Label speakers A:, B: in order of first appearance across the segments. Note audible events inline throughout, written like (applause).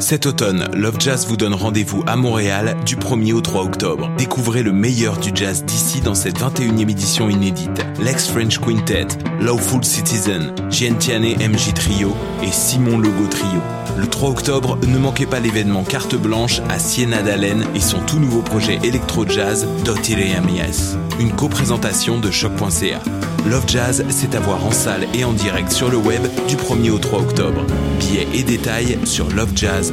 A: Cet automne, Love Jazz vous donne rendez-vous à Montréal du 1er au 3 octobre. Découvrez le meilleur du jazz d'ici dans cette 21e édition inédite. Lex French Quintet, Lawful Citizen, Gentiane MJ Trio et Simon Logo Trio. Le 3 octobre, ne manquez pas l'événement Carte Blanche à Siena d'Alen et son tout nouveau projet Electro Jazz Dotire Amias. Une coprésentation de choc.ca. Love Jazz, c'est à voir en salle et en direct sur le web du 1er au 3 octobre. Billets et détails sur lovejazz.com.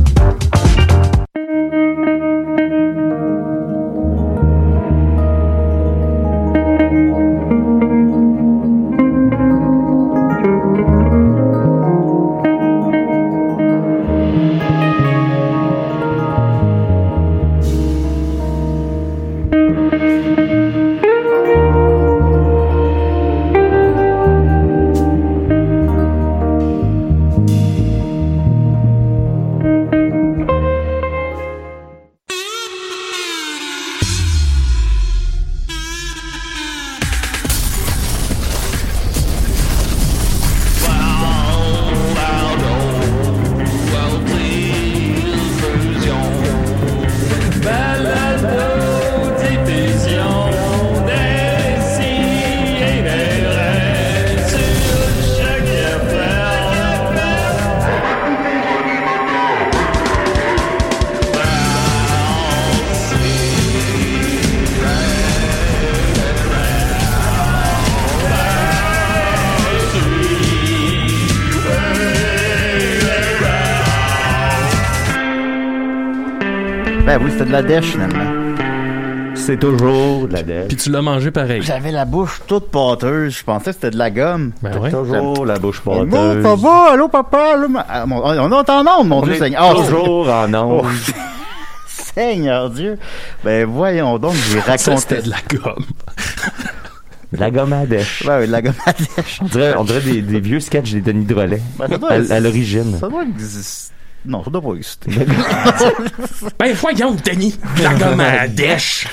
B: Ben oui, c'était de la dèche finalement. C'est toujours de la dèche.
C: Puis tu l'as mangé pareil.
B: J'avais la bouche toute pâteuse. Je pensais que c'était de la gomme.
C: Ben ouais.
D: Toujours la bouche
B: Allô,
D: pâteuse.
B: papa, allô, papa, allô, ma- Ah, mon- On est en onde, mon
D: Euh, On
B: Dieu,
D: est
B: Seigneur. Oh,
D: toujours en onde.
B: (laughs) Seigneur Dieu. Ben voyons donc, j'ai
C: Ça,
B: raconté.
C: c'était de la gomme.
D: La gomme à dèche.
B: Ben oui, de la gomme à dèche.
D: (laughs) On dirait, on dirait des, des vieux sketchs des Denis Drolet.
B: Ben, ça doit
D: à,
B: être-
D: à l'origine.
B: Ça doit exister. Non, ça doit pas
C: (laughs)
B: exister.
D: (laughs)
C: Ben voyons, Denis, de la gomme à la dèche.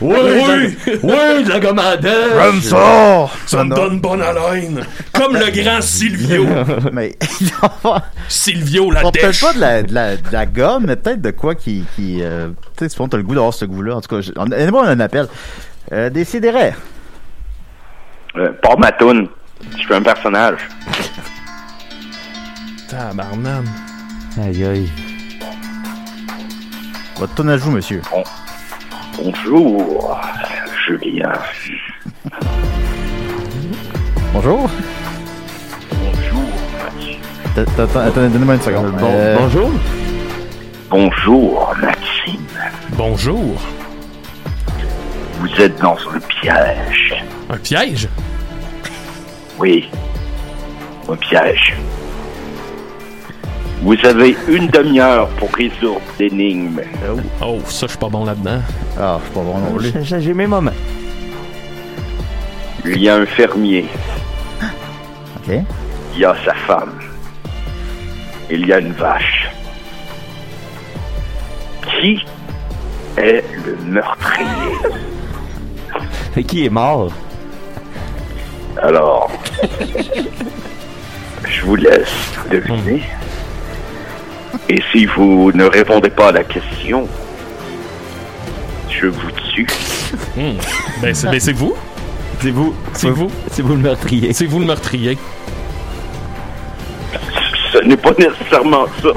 D: Oui,
C: Oui!
D: oui, de la gomme à dèche.
B: Comme ça!
C: Ça me donne bonne haleine. Comme le grand Silvio.
B: Mais (laughs) il en va-
C: Silvio la
B: on
C: dèche.
B: peut-être pas de la, de, la, de la gomme, mais peut-être de quoi qui. qui euh, tu sais, souvent t'as le goût d'avoir ce goût-là. En tout cas, je- on, on en appelle. Euh, Décidérez.
E: Euh, pas ma toune. Je fais un personnage.
C: Tabarnane.
D: Aïe, aïe.
B: Votre tourne à joue, monsieur.
E: Bonjour, Julien.
B: Bonjour.
E: Bonjour, Mathieu.
B: T- t- Attends, attendez, donnez-moi une seconde.
D: Bon-
B: Euh,
D: Bonjour.
E: Bonjour, Maxime.
C: Bonjour.
E: Vous êtes dans un piège.
C: Un piège?
E: Oui, un piège. Vous avez une demi-heure pour résoudre l'énigme.
C: Oh, ça, je suis pas bon là-dedans.
B: Ah, je suis pas bon non plus.
D: J'ai- J'ai j'ai mes moments.
E: Il y a un fermier,
B: OK.
E: il y a sa femme, il y a une vache. Qui est le meurtrier?
D: Fait qui est mort?
E: Alors, je vous laisse deviner. Et si vous ne répondez pas à la question, je vous tue.
C: Hmm. Ben, c'est ben, c'est vous.
D: C'est vous.
C: C'est vous.
D: C'est vous le meurtrier.
C: C'est vous le meurtrier.
E: Ce n'est pas nécessairement ça.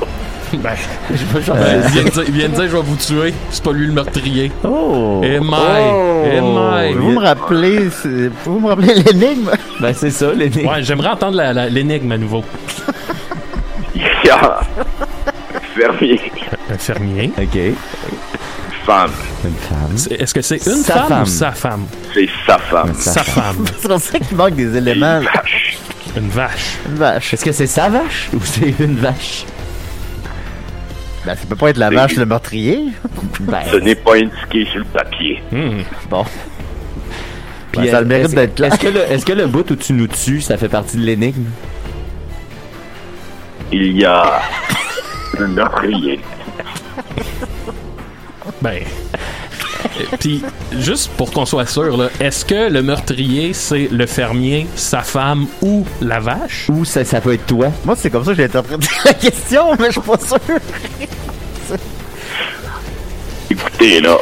C: Ben,
D: Je veux changer.
C: il, vient de dire, il vient de dire, je vais vous tuer. C'est pas lui le meurtrier.
D: Oh!
C: Eh my! Eh my!
B: Oh. Vous me rappelez, c'est- vous me rappelez (laughs) l'énigme?
D: Ben c'est ça, les nez.
C: Ouais, j'aimerais entendre la- la- l'énigme à nouveau.
E: Il y a fermier,
C: Un fermier.
D: Ok.
E: femme,
D: Une femme.
C: C'est- Est-ce que c'est une
D: Sa
C: femme,
D: femme.
C: ou sa femme?
E: c'est sa femme.
D: Sa
C: Sa
D: femme.
C: femme.
B: C'est pour ça qu'il manque des éléments. là.
E: Vache.
C: Une vache.
B: Une vache.
D: Est-ce que c'est sa vache ou c'est une vache?
B: Ben, ça peut pas être la vache le meurtrier.
D: Ben,
B: Hmm.
E: Ce n'est pas indiqué sur le papier.
C: Hmm.
B: Bon. Ben, ça a le mérite
D: est-ce-
B: d'être là.
D: Est-ce que, le- est-ce que le bout où tu nous tues, ça fait partie de l'énigme?
E: Il y a le meurtrier.
C: Ben. Euh, Puis, juste pour qu'on soit sûr, là, est-ce que le meurtrier, c'est le fermier, sa femme ou la vache?
D: Ou ça, ça peut être toi?
B: Moi, c'est comme ça que j'ai interprété la question, mais je suis pas sûr.
E: Écoutez, là,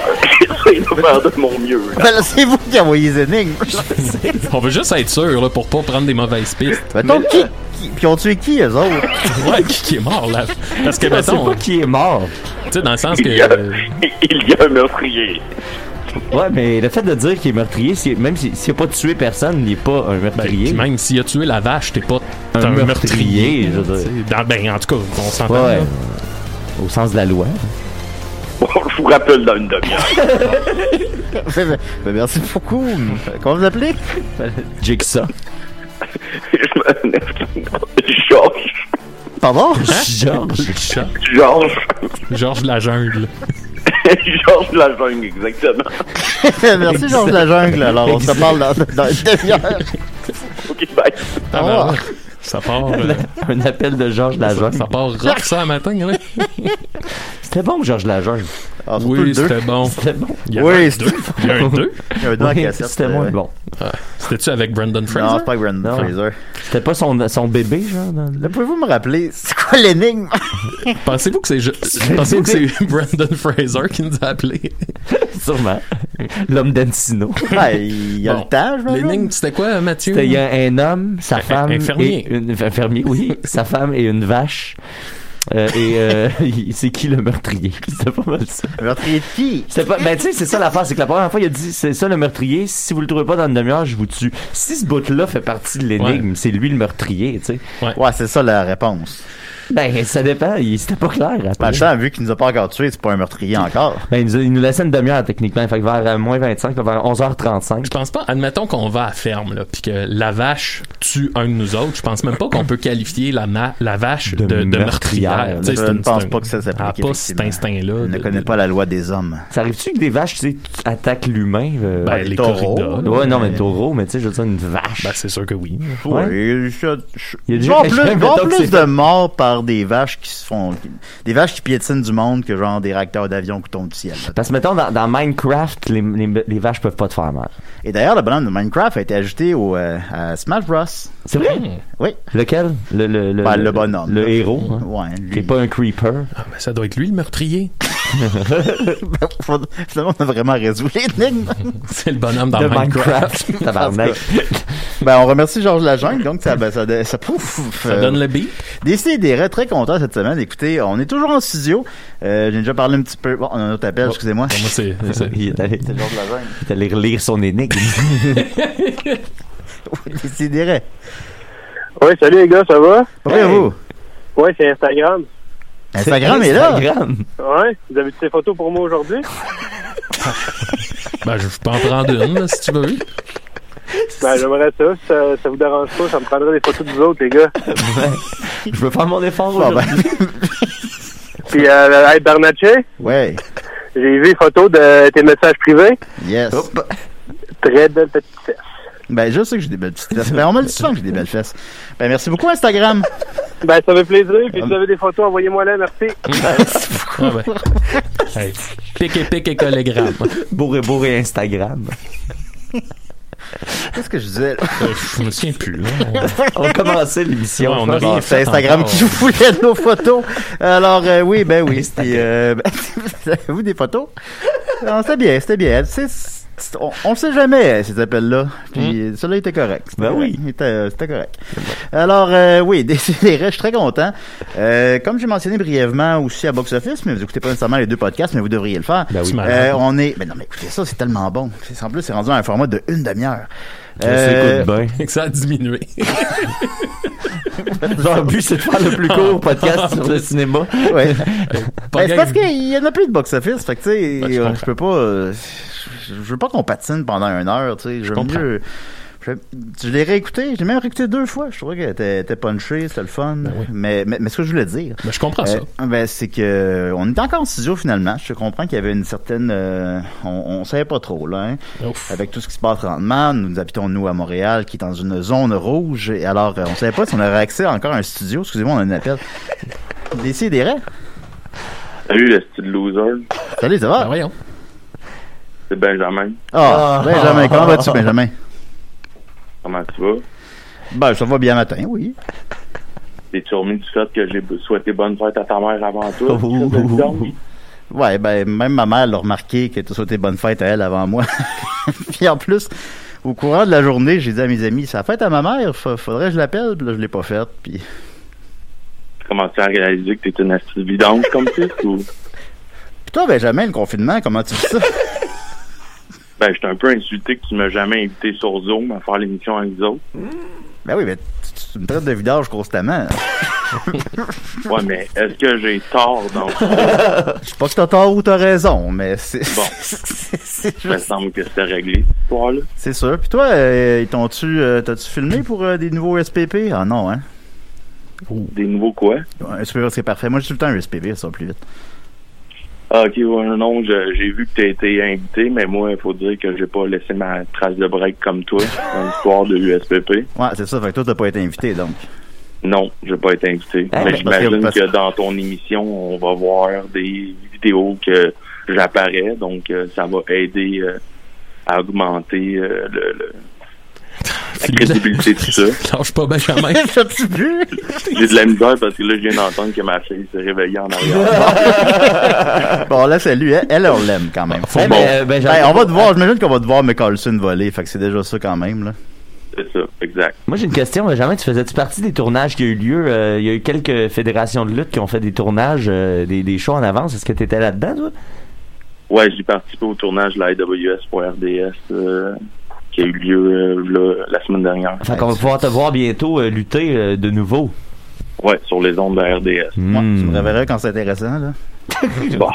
E: j'essaie de faire de mon mieux. là.
B: (laughs) Ben, là, c'est vous qui envoyez les énigmes.
C: On veut juste être sûr, là, pour pas prendre des mauvaises pistes.
D: Ben,
B: Mettons, qui, qui. Puis ont tué qui, eux (laughs) autres?
C: Ouais, qui, qui est mort, là? Parce que,
D: (laughs) Je sais
C: mettons, hein.
D: pas
C: tu
D: qui est mort.
C: sais, dans le sens que...
E: Il y, a,
C: euh,
E: il y a un meurtrier.
D: Ouais, mais le fait de dire qu'il est meurtrier, c'est- même si- s'il n'a pas tué personne, il n'est pas un
C: ben,
D: meurtrier.
C: puis même s'il a tué la vache, t'es pas t'es
D: Un
C: un,
D: meurtrier,
C: meurtrier.
D: je
C: tu
D: veux
C: sais. Dans- ben, en tout cas, on s'entend.
D: ouais.
C: là.
D: Au sens de la loi.
E: Bon, je vous rappelle dans une demi-heure. (laughs)
B: Ben, ben, merci beaucoup. Comment vous appelez?
D: Jigsaw.
E: Je me- Georges.
B: Pardon?
C: Hein?
D: Georges.
C: Chat.
E: Georges.
C: Georges de la jungle.
E: Georges la jungle, exactement.
B: (laughs) merci, Georges de la Jungle. Alors, on se parle dans, dans une demi-heure.
E: (laughs) Ok, bye.
C: Ah, ben, ouais. Ça part... euh,
D: (laughs) Un appel de Georges Lajoie.
C: ça part rock, ça, un matin, là.
D: (laughs) C'était bon, Georges Lajoie.
B: Ah, surtout le
C: Oui,
B: deux.
C: c'était bon.
D: (laughs) C'était bon.
C: Il y a
B: Oui,
C: un
B: c'était
C: deux. Il y
D: (laughs)
C: a un deux.
B: il y a un deux en
D: Oui,
B: cassette,
D: c'était
B: euh,
D: moins bon.
C: C'était-tu avec Brendan
B: Non,
C: Fraser?
B: c'est pas Brandon
D: Non.
B: Fraser.
D: C'était pas son, son bébé, genre? dans le-
B: Là, pouvez-vous me rappeler, c'est quoi l'énigme?
C: (laughs) Pensez-vous que c'est je- pensez-vous que c'est Brendan Fraser qui nous a appelé?
D: (laughs) Sûrement. L'homme d'Encino.
B: Ah, il y a
C: Bon.
B: le temps, je m'imagine.
C: L'énigme, c'était quoi, Mathieu?
D: Il y a un homme, sa femme.
C: un fermier.
D: Et une, un fermier,
C: (laughs)
D: oui. sa femme et une vache. Euh, et euh, (laughs) il- c'est qui le meurtrier? (laughs) C'était pas mal ça.
B: Le meurtrier de qui?
D: C'était pas, ben, tu sais, c'est ça l'affaire. C'est que la première fois, il a dit c'est ça le meurtrier. Si vous le trouvez pas dans une demi-heure, je vous tue. Si ce bout-là fait partie de l'énigme, c'est lui le meurtrier, tu sais.
B: Ouais, c'est ça la réponse.
D: Ben, ça dépend. Il, c'était pas clair.
B: Ben,
D: après.
B: attends, vu qu'il nous a pas encore tué, c'est pas un meurtrier encore.
D: Ben, il, nous, a- il nous laissait une demi-heure, techniquement. Fait que vers euh, moins 25, vers 11h35.
C: Je pense pas. Admettons qu'on va à la ferme, là, puis que la vache tue un de nous autres. Je pense même pas qu'on peut qualifier la, na- la vache
D: De
C: de, de
D: meurtrière.
C: meurtrière. Tu sais,
B: Je
C: c'est
B: ne
C: une-
B: pense
C: c'est un-
B: pas que ça s'applique,
C: Elle a pas cet
B: effectivement.
C: instinct-là.
B: Il ne
C: de-
B: connaît
C: de-
B: pas la loi des hommes.
D: Ça arrive-tu que des vaches, tu sais, attaquent l'humain? euh,
C: Ben,
D: ouais,
C: les
B: taureaux.
C: corridas. là.
D: ouais, non, mais taureau, mais tu sais, je veux dire, une vache.
C: Ben, c'est sûr que oui.
D: Ouais.
B: Oui, je- je-
D: Il y a déjà
B: genre
D: quelqu'un,
B: plus,
D: mettons,
B: genre
D: qui
B: plus
D: s'est fait-
B: de morts par des vaches qui se font, qui- des vaches qui piétinent du monde que genre des réacteurs d'avion qui tombent du ciel. là.
D: Parce que, mettons, dans, dans Minecraft, les, les, les vaches peuvent pas te faire mal.
B: Et d'ailleurs, le bonhomme de Minecraft a été ajouté au euh, à Smash Bros.
D: C'est vrai?
C: Mmh.
B: Oui.
D: Lequel? Le, le, le,
B: Ben, le bonhomme.
D: Le
B: là. Mmh.
D: héros. hein?
B: Ouais.
D: Qui est
B: Lui.
D: pas un creeper.
C: Ah, ben, ça doit être lui le meurtrier.
B: (laughs) Ben, Finalement, on a vraiment résolu l'énigme.
C: C'est le bonhomme dans
D: de
C: Minecraft. (laughs)
D: Minecraft. Tabarnak.
B: ben, on remercie Georges Lajungle. Donc, ça, ben, ça, ça, pouf,
C: Ça
B: euh,
C: donne le beat.
B: Décidérez, très content cette semaine. Écoutez, on est toujours en studio. Euh, J'ai déjà parlé un petit peu. Bon, on a un autre appel, excusez-moi.
C: Moi, c'est-
B: (laughs)
C: c'est-
D: Il est allé,
B: C'est Georges Lajoie.
D: il est allé relire
C: (laughs)
D: son énigme.
B: Décidérez.
F: Ouais, salut les gars, ça va?
B: Comment
D: Hey.
B: vous?
F: Ouais, c'est Instagram.
B: Instagram est là.
D: Instagram.
F: Ouais, vous avez des photos pour moi aujourd'hui?
C: Ben, je peux en prendre une, là, si tu veux.
F: (laughs) Ben, j'aimerais ça. Si ça, ça vous dérange pas, ça me prendrait des photos de vous autres, les gars.
D: Je veux faire mon effort
B: Bon, ben,
D: aujourd'hui. (laughs)
F: Puis, euh, hey, Bernatchez,
B: ouais.
F: j'ai vu les photos de tes messages privés.
B: Yes.
C: Oh.
D: Hop.
F: Très belle petite fesse.
B: Ben, je sais que j'ai des belles petites fesses. Ben, on me le dit souvent que j'ai des belles fesses. Ben, merci beaucoup, Instagram. Euh,
F: Ben, ça fait plaisir. Puis, si vous avez des photos, envoyez-moi là, merci.
C: Ah, ben. Hey, Pique et pique et collégramme.
D: Bourré, bourré Instagram.
B: Qu'est-ce que je disais? là?
C: (laughs) Euh, Je me souviens plus. là.
D: On a commencé l'émission. Ah,
C: Ouais, on a
D: je pense.
C: rien
B: Bon, c'est Instagram qui vous voulait nos photos. Alors, euh, oui, ben oui. C'était, euh, ben, (laughs) vous des photos? Non, c'était bien, c'était bien. C'est- c'est- on, on sait jamais, euh, ces appels-là. Puis, celui-là était correct. C'était
D: Ben
B: correct.
D: oui.
B: Il était, euh, C'était correct. Alors, euh, oui, (laughs) décidé, je suis très content. Euh, comme j'ai mentionné brièvement aussi à Box Office, mais vous écoutez pas nécessairement les deux podcasts, mais vous devriez le faire.
D: Ben oui.
C: Tu m'as-
B: Euh, on est. Ben non, mais écoutez ça, c'est tellement bon. C'est- En plus, c'est rendu à un format de une demi-heure. Euh,
D: On s'écoute bien.
C: que Euh, ça a
D: (laughs)
C: diminué.
D: Leur but, c'est de faire le plus
C: Ah.
D: court
C: Oh,
D: podcast sur le
C: (laughs)
D: cinéma.
B: ouais.
C: Pas
B: Ben, c'est
C: game.
B: parce qu'il y en a plus de box-office, fait que tu sais,
C: Ouais, Ben, je
B: euh,
C: comprends.
B: je peux pas, euh, je je veux pas qu'on patine pendant une heure, tu sais, je veux
C: comprends.
B: mieux, Je, je l'ai réécouté, je l'ai même réécouté deux fois. Je trouvais qu'elle était, était punchée, c'était le fun.
C: Ben oui.
B: mais, mais, mais ce que je voulais dire,
C: Ben, je comprends ça.
B: euh, ben, c'est que on était encore en studio finalement. Je comprends qu'il y avait une certaine, euh, on, on savait pas trop là. hein.
C: Ouf.
B: Avec tout ce qui se passe présentement, nous habitons nous à Montréal, qui est dans une zone rouge. Et alors, euh, on savait pas si on aurait accès encore à un studio. Excusez-moi, on a un appel. Décidérez.
G: Salut, le style loser.
B: Salut, ça va?
C: Ben, voyons.
G: C'est Benjamin.
B: Ah, Benjamin, comment vas-tu, Benjamin?
G: Comment tu vas?
B: Ben, ça va bien matin, oui.
G: T'es-tu remis du fait que j'ai souhaité bonne fête à ta mère avant toi?
D: Oh, oh, oh, oh.
B: Ouais, ben, même ma mère l'a remarqué que tu souhaitais bonne fête à elle avant moi. (laughs) Puis en plus, au courant de la journée, j'ai dit à mes amis, ça fête à ma mère, fa- faudrait que je l'appelle, Puis là, je l'ai pas faite. Puis
G: Comment tu as réalisé que t'es une astuce vidange comme ça? Ou...
B: Puis toi, Benjamin, le confinement, comment tu vis (laughs) ça?
G: Ben, j'étais un peu insulté que tu m'as jamais invité sur Zoom à faire l'émission avec les autres.
B: ben oui, mais tu, tu- tu me traites de vidange (laughs) constamment. Hmm.
G: Ouais, mais est-ce que j'ai tort dans
B: Je sais pas que t'as tort ou t'as raison, mais (laughs) c'est.
G: Bon.
B: c'est- (laughs) c'est
G: Il me
B: juste-
G: semble que c'était réglé, cette histoire-là.
B: c'est sûr. Puis toi, euh, ils t'ont-tu, euh, t'as-tu filmé pour euh, des nouveaux SPP? Ah non, hein?
G: Des nouveaux quoi?
B: Un SPP, c'est parfait. Moi, j'ai tout le temps un SPP, ça va plus vite.
G: Ah, ok, ouais, non, non, je- j'ai vu que t'as été invité, mais moi, il faut dire que j'ai pas laissé ma trace de break comme toi dans l'histoire de l'USPP.
B: Ouais, c'est ça. Fait que toi, t'as pas été
G: (laughs)
B: invité, donc.
G: Non, j'ai pas été invité.
D: Ah,
G: mais
B: parce que-
G: j'imagine
B: parce-
G: que dans ton émission, on va voir des vidéos que j'apparais, donc euh, ça va aider euh, à augmenter euh, le, le- la crédibilité de ça.
C: Lâche pas
D: (laughs)
C: Benjamin.
B: T'as-tu vu?
G: J'ai de la misère parce que là, je viens d'entendre que ma fille s'est réveillée en arrière.
B: Bon, là, c'est lui. Elle, elle, on l'aime quand même. ben,
C: Faut
D: Eh,
C: bon.
D: mais, euh, Benjamin,
B: Hey, on va devoir, Ah, j'imagine qu'on va devoir McCallson voler, fait que c'est déjà ça quand même, là.
G: C'est ça, exact.
D: Moi j'ai une question, Benjamin, tu faisais-tu partie des tournages qui ont eu lieu? Euh, Il y a eu quelques fédérations de lutte qui ont fait des tournages, euh, des, des shows en avance. Est-ce que t'étais là-dedans, toi?
G: Ouais, j'ai participé au tournage de la AWS pour RDS euh, qui a eu lieu euh, là, la semaine dernière.
B: Ben,
D: Fait qu'on va pouvoir te voir bientôt euh, lutter euh, de nouveau.
G: Ouais, sur les ondes de RDS.
B: Ouais, Tu
D: Hmm.
B: me reverras quand c'est
D: (laughs)
B: intéressant, là.
G: Bon.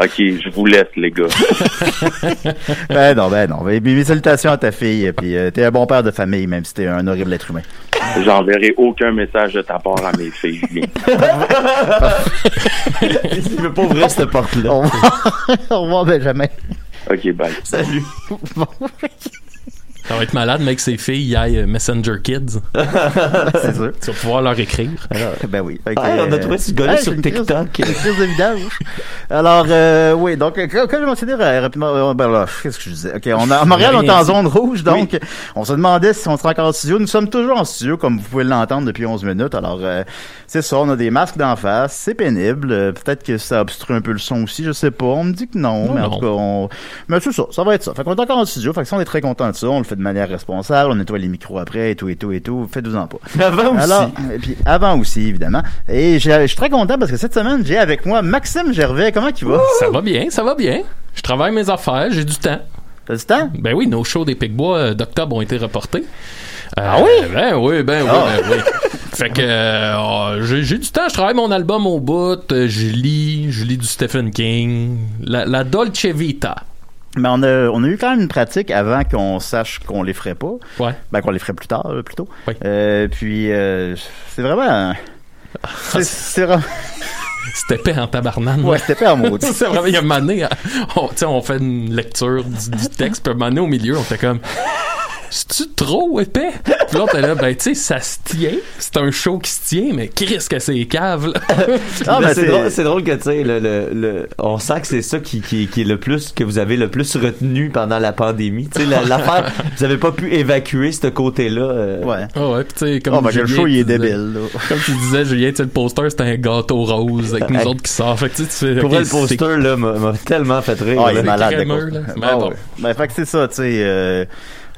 G: Ok, je vous laisse, les gars.
D: (laughs)
B: Ben non, ben non. Ben, mes salutations à ta fille, puis euh, t'es un bon père de famille, même si t'es un horrible être humain.
G: J'enverrai aucun message de ta part à mes filles.
E: (laughs)
D: Il veut pas ouvrir cette porte-là.
B: Au revoir, (laughs) Au revoir, Benjamin.
G: Ok, bye.
B: (laughs)
D: Salut.
C: Ça va être malade, mais que ses filles y aillent euh, Messenger
D: (laughs)
C: Kids.
B: C'est sûr.
C: Tu vas pouvoir leur écrire.
B: Ben oui. Fait que,
D: Hey, Ah, on a
B: euh,
D: trouvé ce gars-là
B: hey,
D: sur
B: j'ai une crise-
D: TikTok.
B: une crise de vidange. Alors, euh, oui, donc, euh, comme comme je mentionnais ra- rapidement, euh, ben là, qu'est-ce que je disais? OK, on a, à Montréal, on est en zone rouge, donc on se demandait si on serait encore en studio. Nous sommes toujours en studio, comme vous pouvez l'entendre depuis 11 minutes. Alors, euh, c'est ça, on a des masques d'en face, c'est pénible. Euh, Peut-être que ça obstrue un peu le son aussi, je sais pas. On me dit que non,
C: Non,
B: mais en
C: non.
B: tout cas, on... Mais c'est ça, ça va être ça. Fait qu'on est encore en studio, fait que ça, on est très content de ça. On le fait de manière responsable, on nettoie les micros après, et tout, et tout, et tout. Faites-vous en pas.
D: Avant aussi.
B: Alors, et puis avant aussi, évidemment. Et j'ai- je suis très content parce que cette semaine, j'ai avec moi Maxime Gervais. Comment tu vas?
C: Ça va bien, ça va bien. Je travaille mes affaires, j'ai du temps.
B: T'as du temps?
C: Ben oui, nos shows des Picbois euh, d'octobre ont été reportés. ah
B: oui?
C: Ben oui, ben oui,
B: Ah.
C: ben oui. Fait que euh, oh, j'ai j'ai du temps, je travaille mon album au bout, euh, je lis, je lis du Stephen King, la, la Dolce Vita.
B: Mais on a, on a eu quand même une pratique avant qu'on sache qu'on les ferait pas.
C: Ouais.
B: Ben, qu'on les ferait plus tard, là, plutôt.
C: Oui.
B: Euh, puis, euh, c'est
C: (laughs)
B: vraiment... un- C'est- C'est vraiment...
C: C'était épais en tabarnane.
B: Ouais, c'était pas un mot.
C: (laughs) C'est vraiment, il y a une année, hein, on, tu sais, on fait une lecture du, du texte, puis un moment donné, au milieu, on était comme, c'est-tu trop épais? Puis là, on était là, ben, tu sais, ça se tient, c'est un show qui se tient, mais qui risque que c'est cave, là?
B: (laughs) Ah,
D: Mais
B: ben,
D: c'est
B: c'est-
D: drôle, c'est drôle que tu sais, le, le, le- on sent que c'est ça qui, qui, qui est le plus que vous avez le plus retenu pendant la pandémie. Tu sais, la-
B: (laughs)
D: l'affaire, vous avez pas pu évacuer ce côté-là. euh.
B: Ouais.
C: Ah ouais, puis tu sais, comme
B: Oh, ben, que le
C: Julien
B: show, il est
C: disait-
B: débile, là.
C: Comme tu disais, Julien, tu sais, le poster, c'était un gâteau rose avec nous
D: Hey.
C: autres qui sort. Fait que tu sais, tu (laughs) fais,
D: Pour
C: ok,
D: vrai, le
C: c'est-
D: poster là m'a m'a tellement fait rire.
B: Ah, il
D: là.
B: est malade. le
C: crémeux,
B: gars.
C: là.
B: Ah,
C: Mais bon.
B: ouais. Ben, fait que c'est ça, tu sais. euh,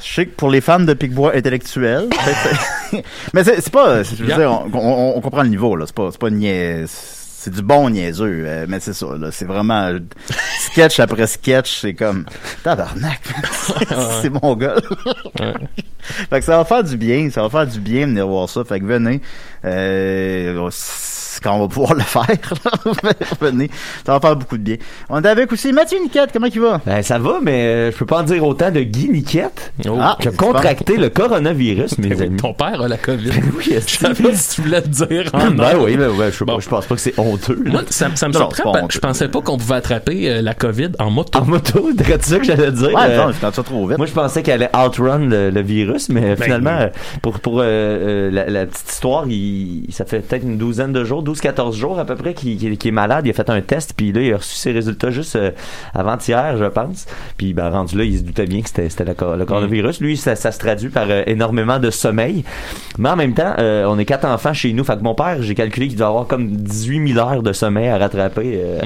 B: je sais que pour les fans de Picbois intellectuels, (laughs) fait que c'est- mais c'est c'est pas, je veux
C: Yeah.
B: dire, on, on- on comprend le niveau là. C'est pas, c'est pas niaise. C'est du bon niaiseux, euh, mais c'est ça. là. C'est vraiment euh, sketch après sketch. C'est comme tabarnak. (laughs) c'est mon gars.
C: (laughs) Ouais.
B: Fait que ça va faire du bien. Ça va faire du bien de venir voir ça. Fait que venez. Euh, quand on va pouvoir (laughs) le faire. là. (laughs) Venez, ça va faire beaucoup de bien. On est avec aussi Mathieu Niquette, comment il va?
D: Ben, ça va, mais euh, je peux pas en dire autant de Guy Niquette
C: Oh.
B: Ah.
D: qui a
B: c'est pas-
D: contracté le coronavirus,
C: Ben
D: mes
C: oui,
D: amis. Ben
C: ton père a la COVID.
D: Oui,
C: Je
D: est-ce
C: savais si tu voulais te dire en
D: Ben oui, ben, ouais, je, sais pas,
C: Bon.
D: je pense pas que c'est honteux. là.
C: Moi, ça, ça me
B: Non,
C: surprend.
B: c'est pas
C: parce que Je pensais pas qu'on pouvait attraper euh, la COVID en moto.
D: En moto, (laughs) c'est ça que j'allais dire.
B: Ouais,
D: euh,
B: non, je t'entends ça trop vite.
D: Moi, je pensais qu'elle allait outrun le, le virus, mais finalement, euh, pour, pour euh, euh, la, la petite histoire, il, ça fait peut-être une douzaine de jours, 12-14 jours à peu près, qu'il qu'il- qu'il est malade. Il a fait un test, puis là, il a reçu ses résultats juste euh, avant-hier, je pense. Puis, ben, rendu là, il se doutait bien que c'était c'était le, cor- le coronavirus. Lui, ça, ça se traduit par euh, énormément de sommeil. Mais en même temps, euh, on est quatre enfants chez nous. Fait que mon père, j'ai calculé qu'il doit avoir comme 18 000 heures de sommeil à rattraper. euh,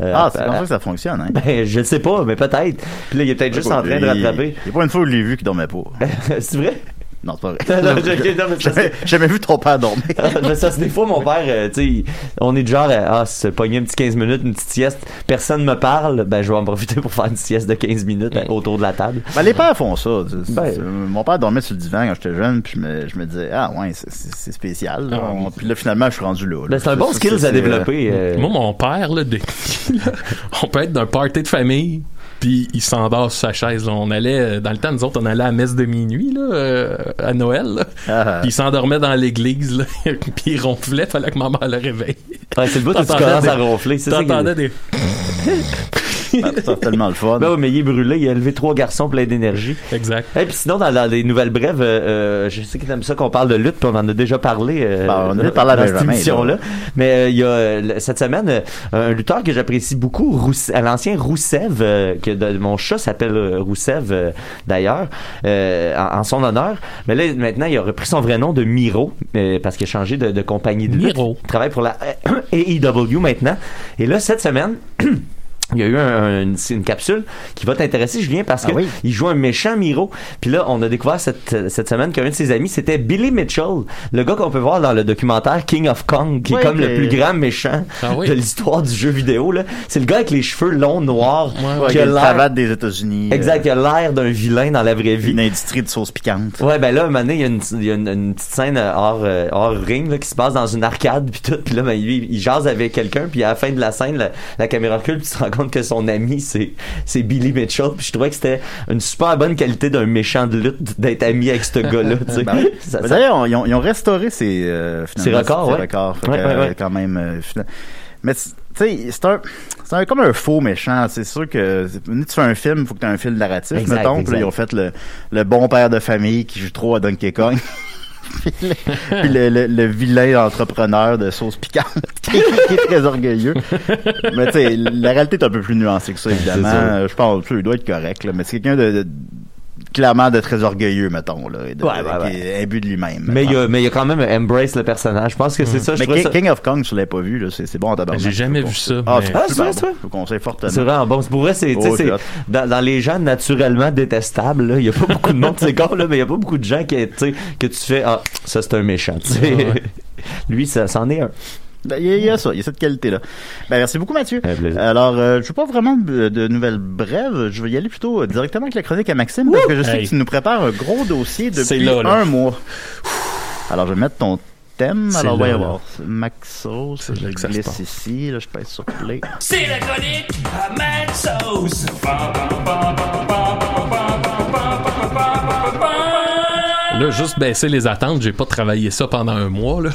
D: euh,
B: Ah,
D: à-
B: c'est comme ça que ça fonctionne, hein?
D: (laughs) ben, je ne sais pas, mais peut-être. Puis là, il est peut-être juste en train de rattraper.
B: Il n'y a pas une fois où je l'ai vu qui dormait pas.
D: (laughs) c'est vrai?
B: Non, c'est pas
D: Non, (laughs)
B: vrai.
D: non, je- ok, non, mais parce que-
B: J'ai jamais vu ton père dormir.
D: Mais ça, c'est des fois, mon père, euh, tu sais, il- on est du genre, euh, ah, se pogner un petit 15 minutes, une petite sieste, personne me parle, ben, je vais en profiter pour faire une sieste de 15 minutes euh, autour de la table.
B: Ben, les pères font ça. tu sais.
D: Ben.
B: C'est- euh, Mon père dormait sur le divan quand j'étais jeune, puis je me, je me disais, ah ouais, c'est- c'est c'est spécial. là.
C: Ah,
B: On- puis là, finalement, je suis rendu là. là.
D: Ben, c'est un
B: Ça,
D: bon
B: ça,
D: skill
B: c'est-
D: à développer. euh,
C: Moi, mon père, là, (laughs) de- là, on peut être d'un party de famille, puis il s'endort sur sa chaise. là. On allait, euh, dans le temps, nous autres, on allait à la messe de minuit, là, euh, à Noël. là.
B: Ah,
C: Puis il s'endormait dans l'église, là, (laughs) puis il ronflait, fallait que maman le réveille.
D: ouais, c'est le bout où tu
C: t'entendais
D: commences
C: des-
D: à ronfler. c'est ça qui-
C: T'entendais des...
B: (laughs) c'est c'est Ah, tellement le fun.
D: Ben oui, mais il est brûlé, il a élevé trois garçons pleins d'énergie.
C: Exact.
D: Et puis sinon, dans, dans les nouvelles brèves, euh, euh, je sais qu'il aime ça qu'on parle de lutte, puis on en a déjà parlé euh,
B: Ben, on en a
D: dans-
B: parlé à
D: dans cette
B: Benjamin,
D: émission-là. Mais euh, il y a euh, le- cette semaine euh, un lutteur que j'apprécie beaucoup, Rousse- à l'ancien Roussev, euh, que de- mon chat s'appelle euh, Roussev euh, d'ailleurs, euh, en, en son honneur. Mais là, maintenant, il a repris son vrai nom de Miro, euh, parce qu'il a changé de, de compagnie de lutte.
C: Miro.
D: Il travaille pour la euh, (coughs) AEW maintenant. Et là, cette semaine... Il y a eu un- une, c'est une capsule qui va t'intéresser, Julien, parce
B: Ah
D: que
B: oui.
D: il joue un méchant Miro. Puis là, on a découvert cette, cette semaine qu'un de ses amis, c'était Billy Mitchell, le gars qu'on peut voir dans le documentaire King of Kong, qui
B: Oui,
D: est comme
B: mais-
D: le plus grand méchant
C: Ah oui.
D: de l'histoire du jeu vidéo. Là. C'est le gars avec les cheveux longs, noirs,
C: Ouais,
D: qui
B: Avec
D: a
B: une
D: l'air...
B: cravate des États-Unis. euh,
D: Exact, qui a l'air d'un vilain dans la vraie vie.
B: une industrie de sauce piquante.
D: Ouais, ben là, un moment donné, il y a une, il y a une- une petite scène euh, hors, euh, hors ring là, qui se passe dans une arcade, puis tout. Puis là, ben, lui, il jase avec quelqu'un, puis à la fin de la scène, la, la caméra recule, puis tu te rends compte que son ami, c'est c'est Billy Mitchell. Puis je trouvais que c'était une super bonne qualité d'un méchant de lutte d'être ami avec ce gars-là. tu sais.
B: Ben oui.
D: Ça-
B: Ben,
D: ça-
B: D'ailleurs, ils ont, ils ont restauré ces, euh, finalement,
D: Ces records,
B: ces
D: ouais.
B: records. Fait
D: Ouais,
B: que,
D: ouais, ouais.
B: euh, quand même. euh, fina- mais c'est- tu sais, c'est un, c'est un- comme un faux méchant. C'est sûr que c'est- quand tu fais un film, faut que tu aies un fil narratif.
D: Exact,
B: mettons, Puis
D: exact.
B: là, ils ont fait le, le bon père de famille qui joue trop à Donkey Kong. (laughs) puis le, le- le vilain entrepreneur de sauce piquante (laughs) qui est très orgueilleux. mais tu sais, la réalité est un peu plus nuancée que ça,
D: Ben,
B: évidemment.
D: sûr.
B: Euh, Je pense qu'il doit être correct, là, mais c'est quelqu'un de, de- clairement de très orgueilleux, mettons, là, et de-
D: Ouais, ouais,
B: qui est imbu de lui-même.
D: mais il y
B: mettons.
D: a, mais il y a quand même un embrace le personnage. Je pense que c'est ça. Je
B: Mm. Mais
D: trouvais
B: King,
D: ça-
B: King of Kong, je l'ai pas vu, là, c'est c'est bon en tabarnak.
C: J'ai jamais
B: Je
C: vu ça,
B: Ah,
C: mais-
B: c'est
D: Ah, c'est
B: super
D: vrai,
B: bon.
D: c'est vrai?
B: Je vous conseille
D: C'est
B: fortement.
D: vraiment bon. C'est Pour vrai, c'est, tu sais,
B: Oh,
D: c'est
B: j'ai hâte.
D: dans, dans les gens naturellement détestables, là, il y
C: (laughs)
D: a pas beaucoup de monde, c'est con, là, mais il y a pas beaucoup de gens qui, tu sais, que tu fais, ah, ça c'est un méchant, tu
C: (laughs)
B: (laughs)
D: sais.
C: Ouais.
D: Lui, ça, c'en est un.
B: Ben, Il y, a- il y a ça, il y a cette qualité-là. Ben, merci beaucoup, Mathieu.
D: Un plaisir.
B: Alors, euh, je veux pas vraiment de, de nouvelles brèves. Je vais y aller plutôt euh, directement avec la chronique à Maxime, parce que je sais
C: Hey.
B: que tu nous prépares un gros dossier
C: C'est
B: depuis
C: là, là.
B: un mois. Alors, je vais mettre ton thème.
C: C'est
B: Alors,
C: là,
B: voyons
C: là.
B: voir. Maxo,
C: C'est
B: je
C: là que ça se
B: glisse
C: passe.
B: ici. Là, je pèse sur play.
H: C'est la chronique à Maxos.
C: Là, juste baisser les attentes, j'ai pas travaillé ça pendant un mois, là.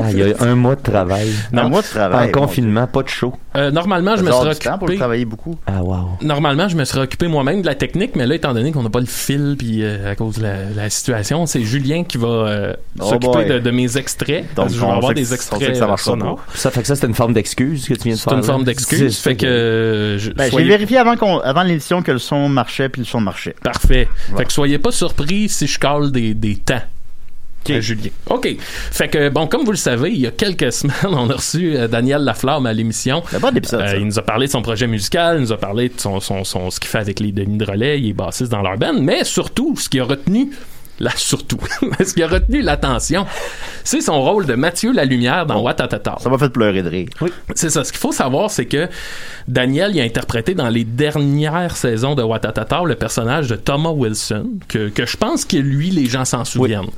D: Ah, il y a un mois de travail.
B: Un mois de
D: En
B: travail.
D: confinement, pas de show.
C: Euh, normalement, je me
B: Genre
C: serais
B: du temps pour
C: occupé...
B: le travailler beaucoup.
D: Ah, wow.
C: Normalement, je me serais occupé moi-même de la technique, mais là, étant donné qu'on n'a pas le fil, puis euh, à cause de la, la situation, c'est Julien qui va euh,
B: Oh
C: s'occuper
B: boy.
C: de, de mes extraits. parce que je vais
B: on
C: avoir
B: sait que-
C: des
B: on sait
C: extraits euh,
B: que ça marche pas
C: sonores.
B: beaucoup.
D: Ça fait que ça, c'est une forme d'excuse que tu viens de faire.
C: C'est une
D: là.
C: forme d'excuse.
D: C'est-
C: Fait que euh, je-
B: Ben,
C: soyez-
B: J'ai vérifié avant, qu'on- avant l'émission que le son marchait, puis le son marchait.
C: Parfait. Fait
B: Voilà.
C: que soyez pas surpris si je colle des, des temps.
D: Ok.
C: à Julien. OK. Fait que, bon, comme vous le savez, il y a quelques (laughs) semaines, on a reçu euh, Daniel Laflamme à l'émission.
B: C'est un bon épisode,
C: Euh,
B: ça.
C: il nous a parlé de son projet musical, il nous a parlé de son, son, son- ce qu'il fait avec les Denis de relais, il est bassiste dans leur band, mais surtout, ce qui a retenu, là, (laughs) surtout, ce qui a retenu l'attention, c'est son rôle de Mathieu Lalumière
B: Oh.
C: dans Watatata.
B: Ça m'a fait pleurer de rire.
C: C'est ça. Ce qu'il faut savoir, c'est que Daniel il a interprété dans les dernières saisons de Watatata le personnage de Thomas Wilson, que, que je pense que lui, les gens s'en souviennent.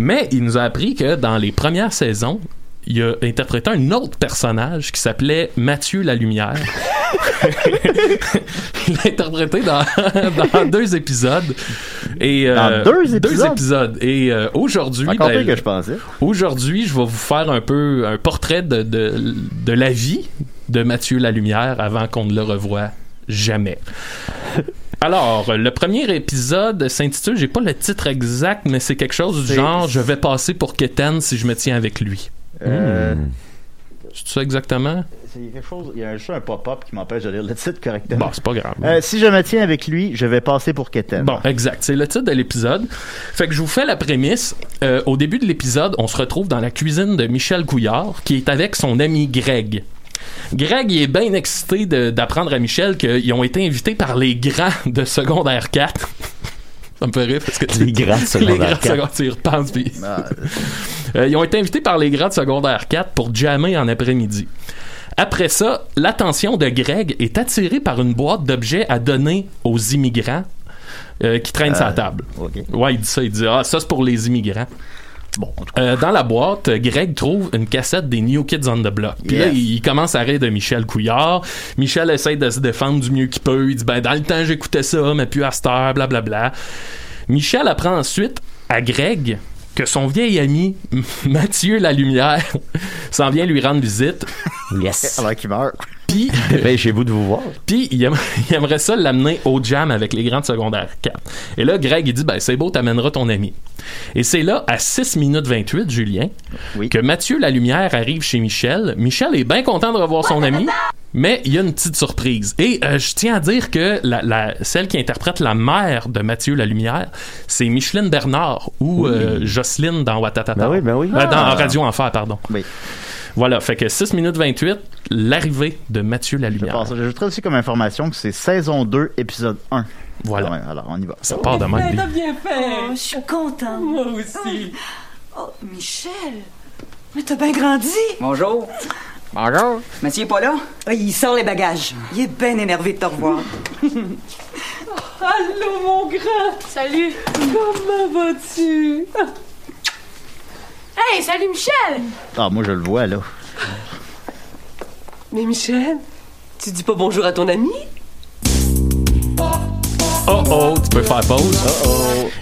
C: Mais il nous a appris que dans les premières saisons, il a interprété un autre personnage qui s'appelait Mathieu la
B: (laughs)
C: Lumière. il l'a interprété dans, (laughs) dans deux épisodes. Et, euh,
B: Dans deux épisodes?
C: épisodes. Et euh, aujourd'hui,
B: Encore
C: ben,
B: pire que je pensais.
C: Aujourd'hui, je vais vous faire un peu un portrait de, de, de la vie de Mathieu Lalumière avant qu'on ne le revoie
B: (laughs)
C: jamais. Alors, le premier épisode s'intitule, j'ai pas le titre exact, mais c'est quelque chose du
B: C'est-
C: genre Je vais passer pour Keten si je me tiens avec lui. Hmm.
B: Euh,
C: C'est ça exactement?
B: c'est quelque chose- Il y a juste un pop-up qui m'empêche de lire le titre
C: Bon,
B: correctement.
C: c'est pas grave.
B: Euh, si je me tiens avec lui, je vais passer pour Keten.
C: Bon, exact. C'est le titre de l'épisode. Fait que je vous fais la prémisse. Euh, au début de l'épisode, on se retrouve dans la cuisine de Michel Couillard, qui est avec son ami Greg. Greg il est bien excité de- d'apprendre à Michel qu'ils ont été invités par les grands de secondaire 4. Ça me fait rire parce que
D: Les grands de secondaire
C: (laughs) les grands de
D: 4.
C: secondaire, tu y repenses, puis- (laughs)
B: Ah,
C: Euh, ils ont été invités par les grades secondaires 4 pour jammer en après-midi. Après ça, l'attention de Greg est attirée par une boîte d'objets à donner aux immigrants euh, qui traînent sa table.
B: ok.
C: Ouais, il dit ça, il dit Ah, ça c'est pour les immigrants.
B: Bon, en tout
C: Euh, dans la boîte, Greg trouve une cassette des New Kids on the Block. Puis là,
B: Yes.
C: il il commence à rire de Michel Couillard. Michel essaie de se défendre du mieux qu'il peut. Il dit ben dans le temps j'écoutais ça, mais plus à cette heure, blablabla. Michel apprend ensuite à Greg que son vieil ami (laughs) Mathieu Lalumière (laughs) s'en vient lui rendre visite.
D: Yes.
B: (laughs) Alors qu'il meurt.
D: (laughs)
C: Puis
D: Dépêchez-vous de Ben, vous voir.
C: puis il, aim- (laughs) il aimerait ça l'amener au jam avec les grandes secondaires 4. Et là, Greg, il dit ben, c'est beau, t'amèneras ton ami. Et c'est là, à 6 minutes 28, Julien,
B: Oui.
C: que Mathieu Lalumière arrive chez Michel. Michel est bien content de revoir son ami, mais il y a une petite surprise. Et euh, je tiens à dire que la, la- celle qui interprète la mère de Mathieu Lalumière, c'est Micheline Bernard ou euh, Jocelyne dans Watatata.
D: Ben oui, ben oui.
C: Euh, dans
B: Ah.
C: Radio Enfer, pardon.
B: Oui.
C: Voilà, fait que 6 minutes 28, l'arrivée de Mathieu
B: Je
C: Lalumière.
B: pense- J'ajouterais aussi comme information que c'est saison 2, épisode 1.
C: Voilà.
B: Ouais, alors, on y va.
C: Ça part de même. les-
H: bien
I: Oh, je suis contente.
H: Moi aussi.
I: Oh, Michel, mais t'as bien grandi.
J: Bonjour. Bonjour. Mathieu est pas là?
I: Ah, il sort les bagages. Il est bien énervé de te revoir.
K: Ah,
H: Allô, mon grand. Salut. Comment vas-tu? Hey, salut, Michel.
B: Ah, moi, je le vois, là.
H: Mais Michel, tu dis pas bonjour à ton ami?
C: Oh oh, tu peux faire pause.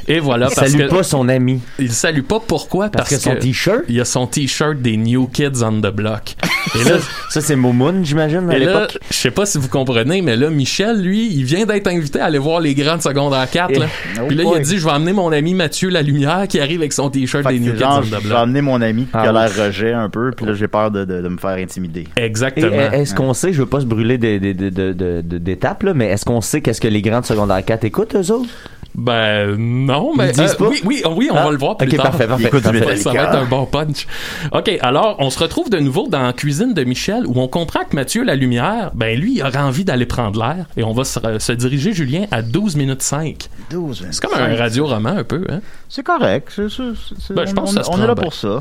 C: Et voilà, parce
D: Oh, Salue
C: que
D: pas son ami.
C: il salue pas pourquoi
D: Parce,
C: parce,
D: que son t-shirt.
C: il y a son t-shirt des New Kids on the
D: (laughs)
C: Block. Et là,
D: Ça, ça, c'est Momoun, j'imagine, à
C: et là,
D: l'époque.
C: je sais pas si vous comprenez, mais là, Michel, lui, il vient d'être invité à aller voir les grandes secondaires 4.
D: (laughs)
C: Là.
B: Oh
C: Puis là, il a
B: boy.
C: dit, je vais emmener mon ami Mathieu La Lumière qui arrive avec son t-shirt
B: Fait
C: des
B: que
C: New
B: c'est
C: Kids
B: genre,
C: on
B: j'ai
C: the
B: j'ai
C: Block.
B: amené mon ami qui
D: Ah,
B: a l'air
D: ouf.
B: rejet un peu, puis là, j'ai peur de, de- de me faire intimider.
D: Et
C: Exactement.
D: Eh, est-ce qu'on sait, je veux pas se brûler des- des- des- de- de- de- d'étapes, là, mais est-ce qu'on sait qu'est-ce que les grands de secondaire 4 écoutent, eux autres?
C: Ben non,
D: Ils
C: mais
D: disent pas?
C: oui, oui, oui, on
D: Ah,
C: va le voir plus
D: ok,
C: tard.
D: parfait, parfait,
B: Écoute du
D: parfait.
B: métal.
C: Ça va
B: Metallica.
C: être un bon punch. OK, alors, on se retrouve de nouveau dans la cuisine de Michel où on comprend que Mathieu la lumière, ben lui, il aura envie d'aller prendre l'air et on va se, euh, se diriger, Julien, à 12 minutes 5.
B: 12,
C: C'est comme un radio-roman un peu, hein?
B: C'est correct. c'est- c'est- c'est-
C: Ben, je
B: on-
C: pense que ça se
B: on, on
C: prend
B: est là
C: bien.
B: pour ça.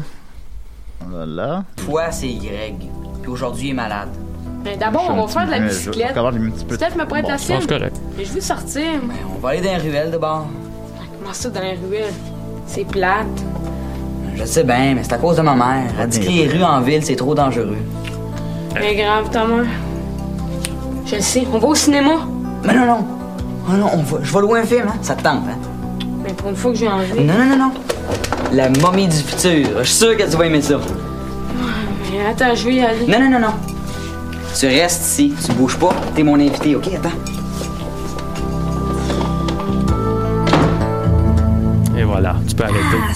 B: Voilà.
J: Fois, c'est Greg. Puis aujourd'hui, il est malade.
K: Mais Ben, d'abord, on va faire de la
B: Euh, je- Je,
K: bicyclette.
B: vais avoir un petit peu de-
K: Steph me prête
B: bon,
K: la
B: je
C: Bon,
K: sienne.
C: c'est correct.
K: Mais je veux sortir.
J: Ben, on va aller dans les ruelles de bord.
K: Comment ça dans la ruelle? C'est plate.
J: Je sais bien, mais c'est à cause de ma mère. Elle dit que les rues en ville, c'est trop dangereux.
K: Mais Ben, grave, Thomas. Je le sais, on va au cinéma.
J: Mais non, non. Oh non, on va, je vais louer un film, hein? Ça te tente, hein?
K: Mais Ben, pour une fois que j'ai envie.
J: Non, non, non, non. La momie du futur. Je suis sûr que tu vas aimer ça.
K: Mais Ben, attends, je vais y aller.
J: Non, non, non, non. Tu restes ici. Tu bouges pas. T'es mon invité, OK? Attends.
C: Et voilà, tu peux arrêter.
B: Ah!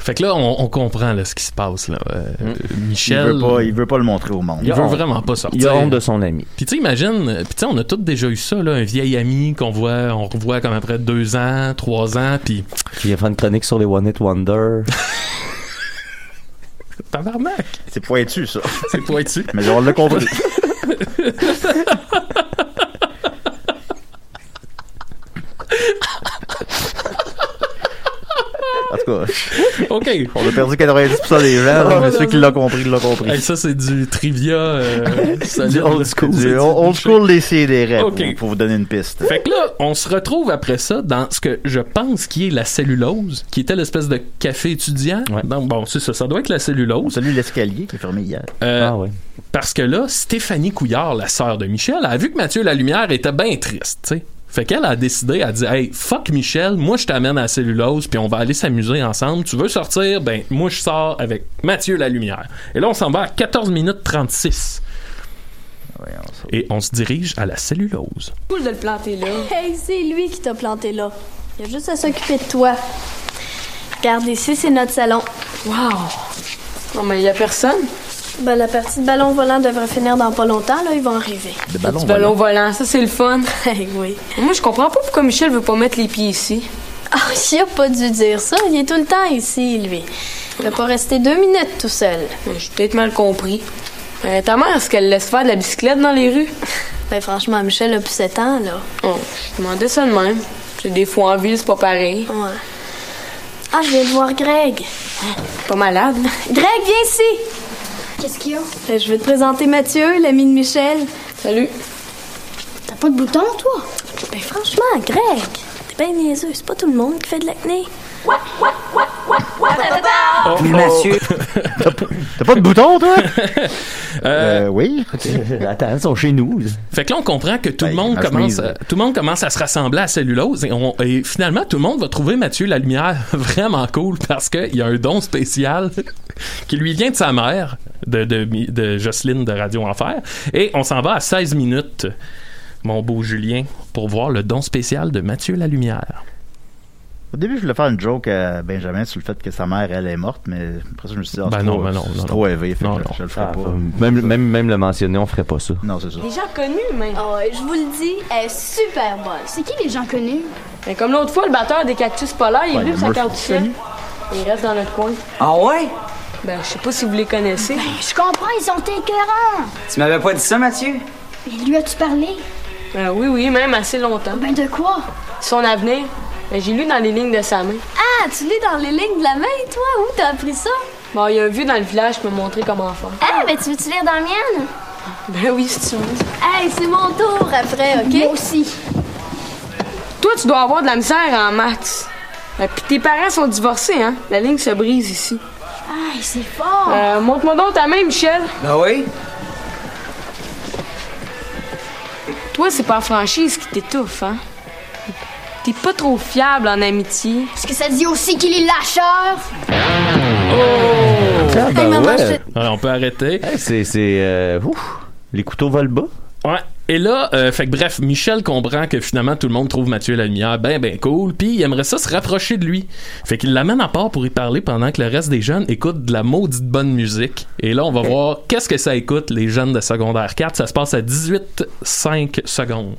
C: Fait que là, on, on comprend là, ce qui se passe. Là. Euh,
D: Hum.
B: Il
C: Michel,
B: veut, pas, il veut pas le montrer au monde.
C: il veut vraiment pas sortir.
D: Il a honte de son ami.
C: Puis tu sais, imagine, euh, puis tu sais, on a tous déjà eu ça, là, un vieil ami qu'on voit, on revoit comme après deux ans, trois ans, puis
D: Qui vient faire une chronique sur les One Hit Wonder.
C: (laughs) tabarnak,
B: C'est pointu, ça.
C: c'est pas dessus.
B: Mais on l'a compris. En tout cas, tout cas,
C: (laughs) OK.
B: (laughs) on a perdu 90% des
C: (laughs)
B: gens, là, mais ceux qui l'ont compris, l'ont compris.
C: Hey, ça, c'est du trivia. euh, solide.
B: (laughs) Du old school.
C: C'est
B: Du
C: du
B: old school des CDR
C: Ok.
B: pour, pour vous donner une piste.
C: Fait que là, on se retrouve après ça dans ce que je pense qui est la cellulose, qui était l'espèce de café étudiant. Donc, bon, c'est ça, ça doit être la cellulose.
B: Celui de l'escalier qui est fermé hier.
C: Euh,
D: Ah ouais.
C: Parce que là, Stéphanie Couillard, la sœur de Michel, elle a vu que Mathieu Lalumière était bien triste, tu sais. Fait qu'elle a décidé, elle a dit Hey, fuck Michel, moi je t'amène à la cellulose, puis on va aller s'amuser ensemble. Tu veux sortir Ben, moi je sors avec Mathieu Lalumière. Et là, on s'en va à 14 minutes 36. Et on se dirige à la cellulose.
L: cool de le planter là.
M: (laughs) Hey, c'est lui qui t'a planté là. Il a juste à s'occuper de toi. Regarde, ici, c'est notre salon. Wow!
K: Oh. Non, mais il y a personne.
M: Ben, la partie de ballon volant devrait finir dans pas longtemps, là. Ils vont arriver. (laughs)
B: De
K: Le petit ballon volant, ça c'est le (laughs) fun.
M: oui.
K: Moi je comprends pas pourquoi Michel veut pas mettre les pieds ici.
M: Ah, il a pas dû dire ça. Il est tout le temps ici, lui. Il va pas rester deux minutes tout seul.
K: J'ai peut-être mal compris. Euh, ta mère, est-ce qu'elle laisse faire de la bicyclette dans les rues?
M: Ben, franchement, Michel a plus 7 ans, là.
K: Oh, je demandais ça de même. J'ai des fois en ville, c'est pas pareil.
M: Ouais. Ah, je vais le voir Greg.
K: Pas malade.
M: Greg, viens ici! Qu'est-ce qu'il y a? Euh, je vais te présenter Mathieu, l'ami de Michel.
K: Salut.
M: T'as pas de bouton, toi? Ben franchement, Greg, t'es bien niaiseux. C'est pas tout le monde qui fait de l'acné.
B: Oh,
J: Mais Mathieu,
B: (laughs) T'as pas de bouton, toi?
C: (laughs) Euh,
B: Euh, oui.
D: Attends, ils sont chez nous.
C: Fait que là, on comprend que tout le
B: Ben,
C: monde
B: ma
C: commence,
B: chemise.
C: à, tout le monde commence à se rassembler à cellulose et, on- et finalement, tout le monde va trouver Mathieu la lumière (laughs) vraiment cool parce qu'il y a un don spécial (laughs) qui lui vient de sa mère, de, de, Mi- de Jocelyne de Radio Enfer. Et on s'en va à 16 minutes, mon beau Julien, pour voir le don spécial de Mathieu la lumière.
B: Au début, je voulais faire une joke à Benjamin sur le fait que sa mère, elle est morte, mais après ça, je me suis dit, ah,
C: Ben
B: c'est
C: non,
B: trop,
C: ben non,
B: c'est
C: non,
B: trop
C: non.
B: élevé, fait
C: Non,
B: que
C: non.
B: je le ferai
D: Ah,
B: pas.
D: euh, Même, même, même le mentionner, on ferait pas ça.
B: Non, c'est ça.
K: gens connus, même.
M: Ah
L: je vous le dis,
M: euh,
L: elle est super bonne. C'est qui les gens connus?
K: Mais Ben, comme l'autre fois, le batteur des cactus polaires, il est
B: Ouais,
K: venu
B: le
K: pour sa
B: Murphy.
K: carte Il reste dans notre coin.
J: ah ouais?
K: Ben, je sais pas si vous les connaissez.
M: Ben,
L: Je comprends, ils sont écœurants.
J: Tu m'avais pas dit ça, Mathieu?
L: Mais lui as-tu parlé?
K: Ben oui, oui, même assez longtemps.
L: Ben de quoi?
K: Son avenir, ben, j'ai lu dans les lignes de sa main.
M: Ah, tu l'es dans les lignes de la main, toi? Où t'as appris ça?
K: Bon, Ben, il y a un vieux dans le village qui m'a montré comment faire.
L: Ah, ben tu veux-tu lire dans la mienne?
K: Ben oui, si tu veux.
M: Hey, c'est mon tour après, OK?
L: Moi aussi.
K: Toi, tu dois avoir de la misère en maths. Euh, Puis tes parents sont divorcés, hein? La ligne se brise ici.
L: Ah, c'est fort.
K: Euh, montre-moi donc ta main, Michel.
J: Ben oui?
K: Toi, c'est pas la franchise qui t'étouffe, hein? T'es pas trop fiable en amitié.
L: Est-ce que ça dit aussi qu'il est lâcheur?
D: Ah, ben ouais.
C: Alors, on peut arrêter.
D: Hey, c'est. c'est, euh, ouf, les couteaux volent bas.
C: Ouais. Et là, euh, fait que bref, Michel comprend que finalement tout le monde trouve Mathieu la lumière ben ben cool, puis il aimerait ça se rapprocher de lui. Fait qu'il l'amène à part pour y parler pendant que le reste des jeunes écoute de la maudite bonne musique. Et là, on va voir qu'est-ce que ça écoute les jeunes de secondaire 4. Ça se passe à 18 5 secondes.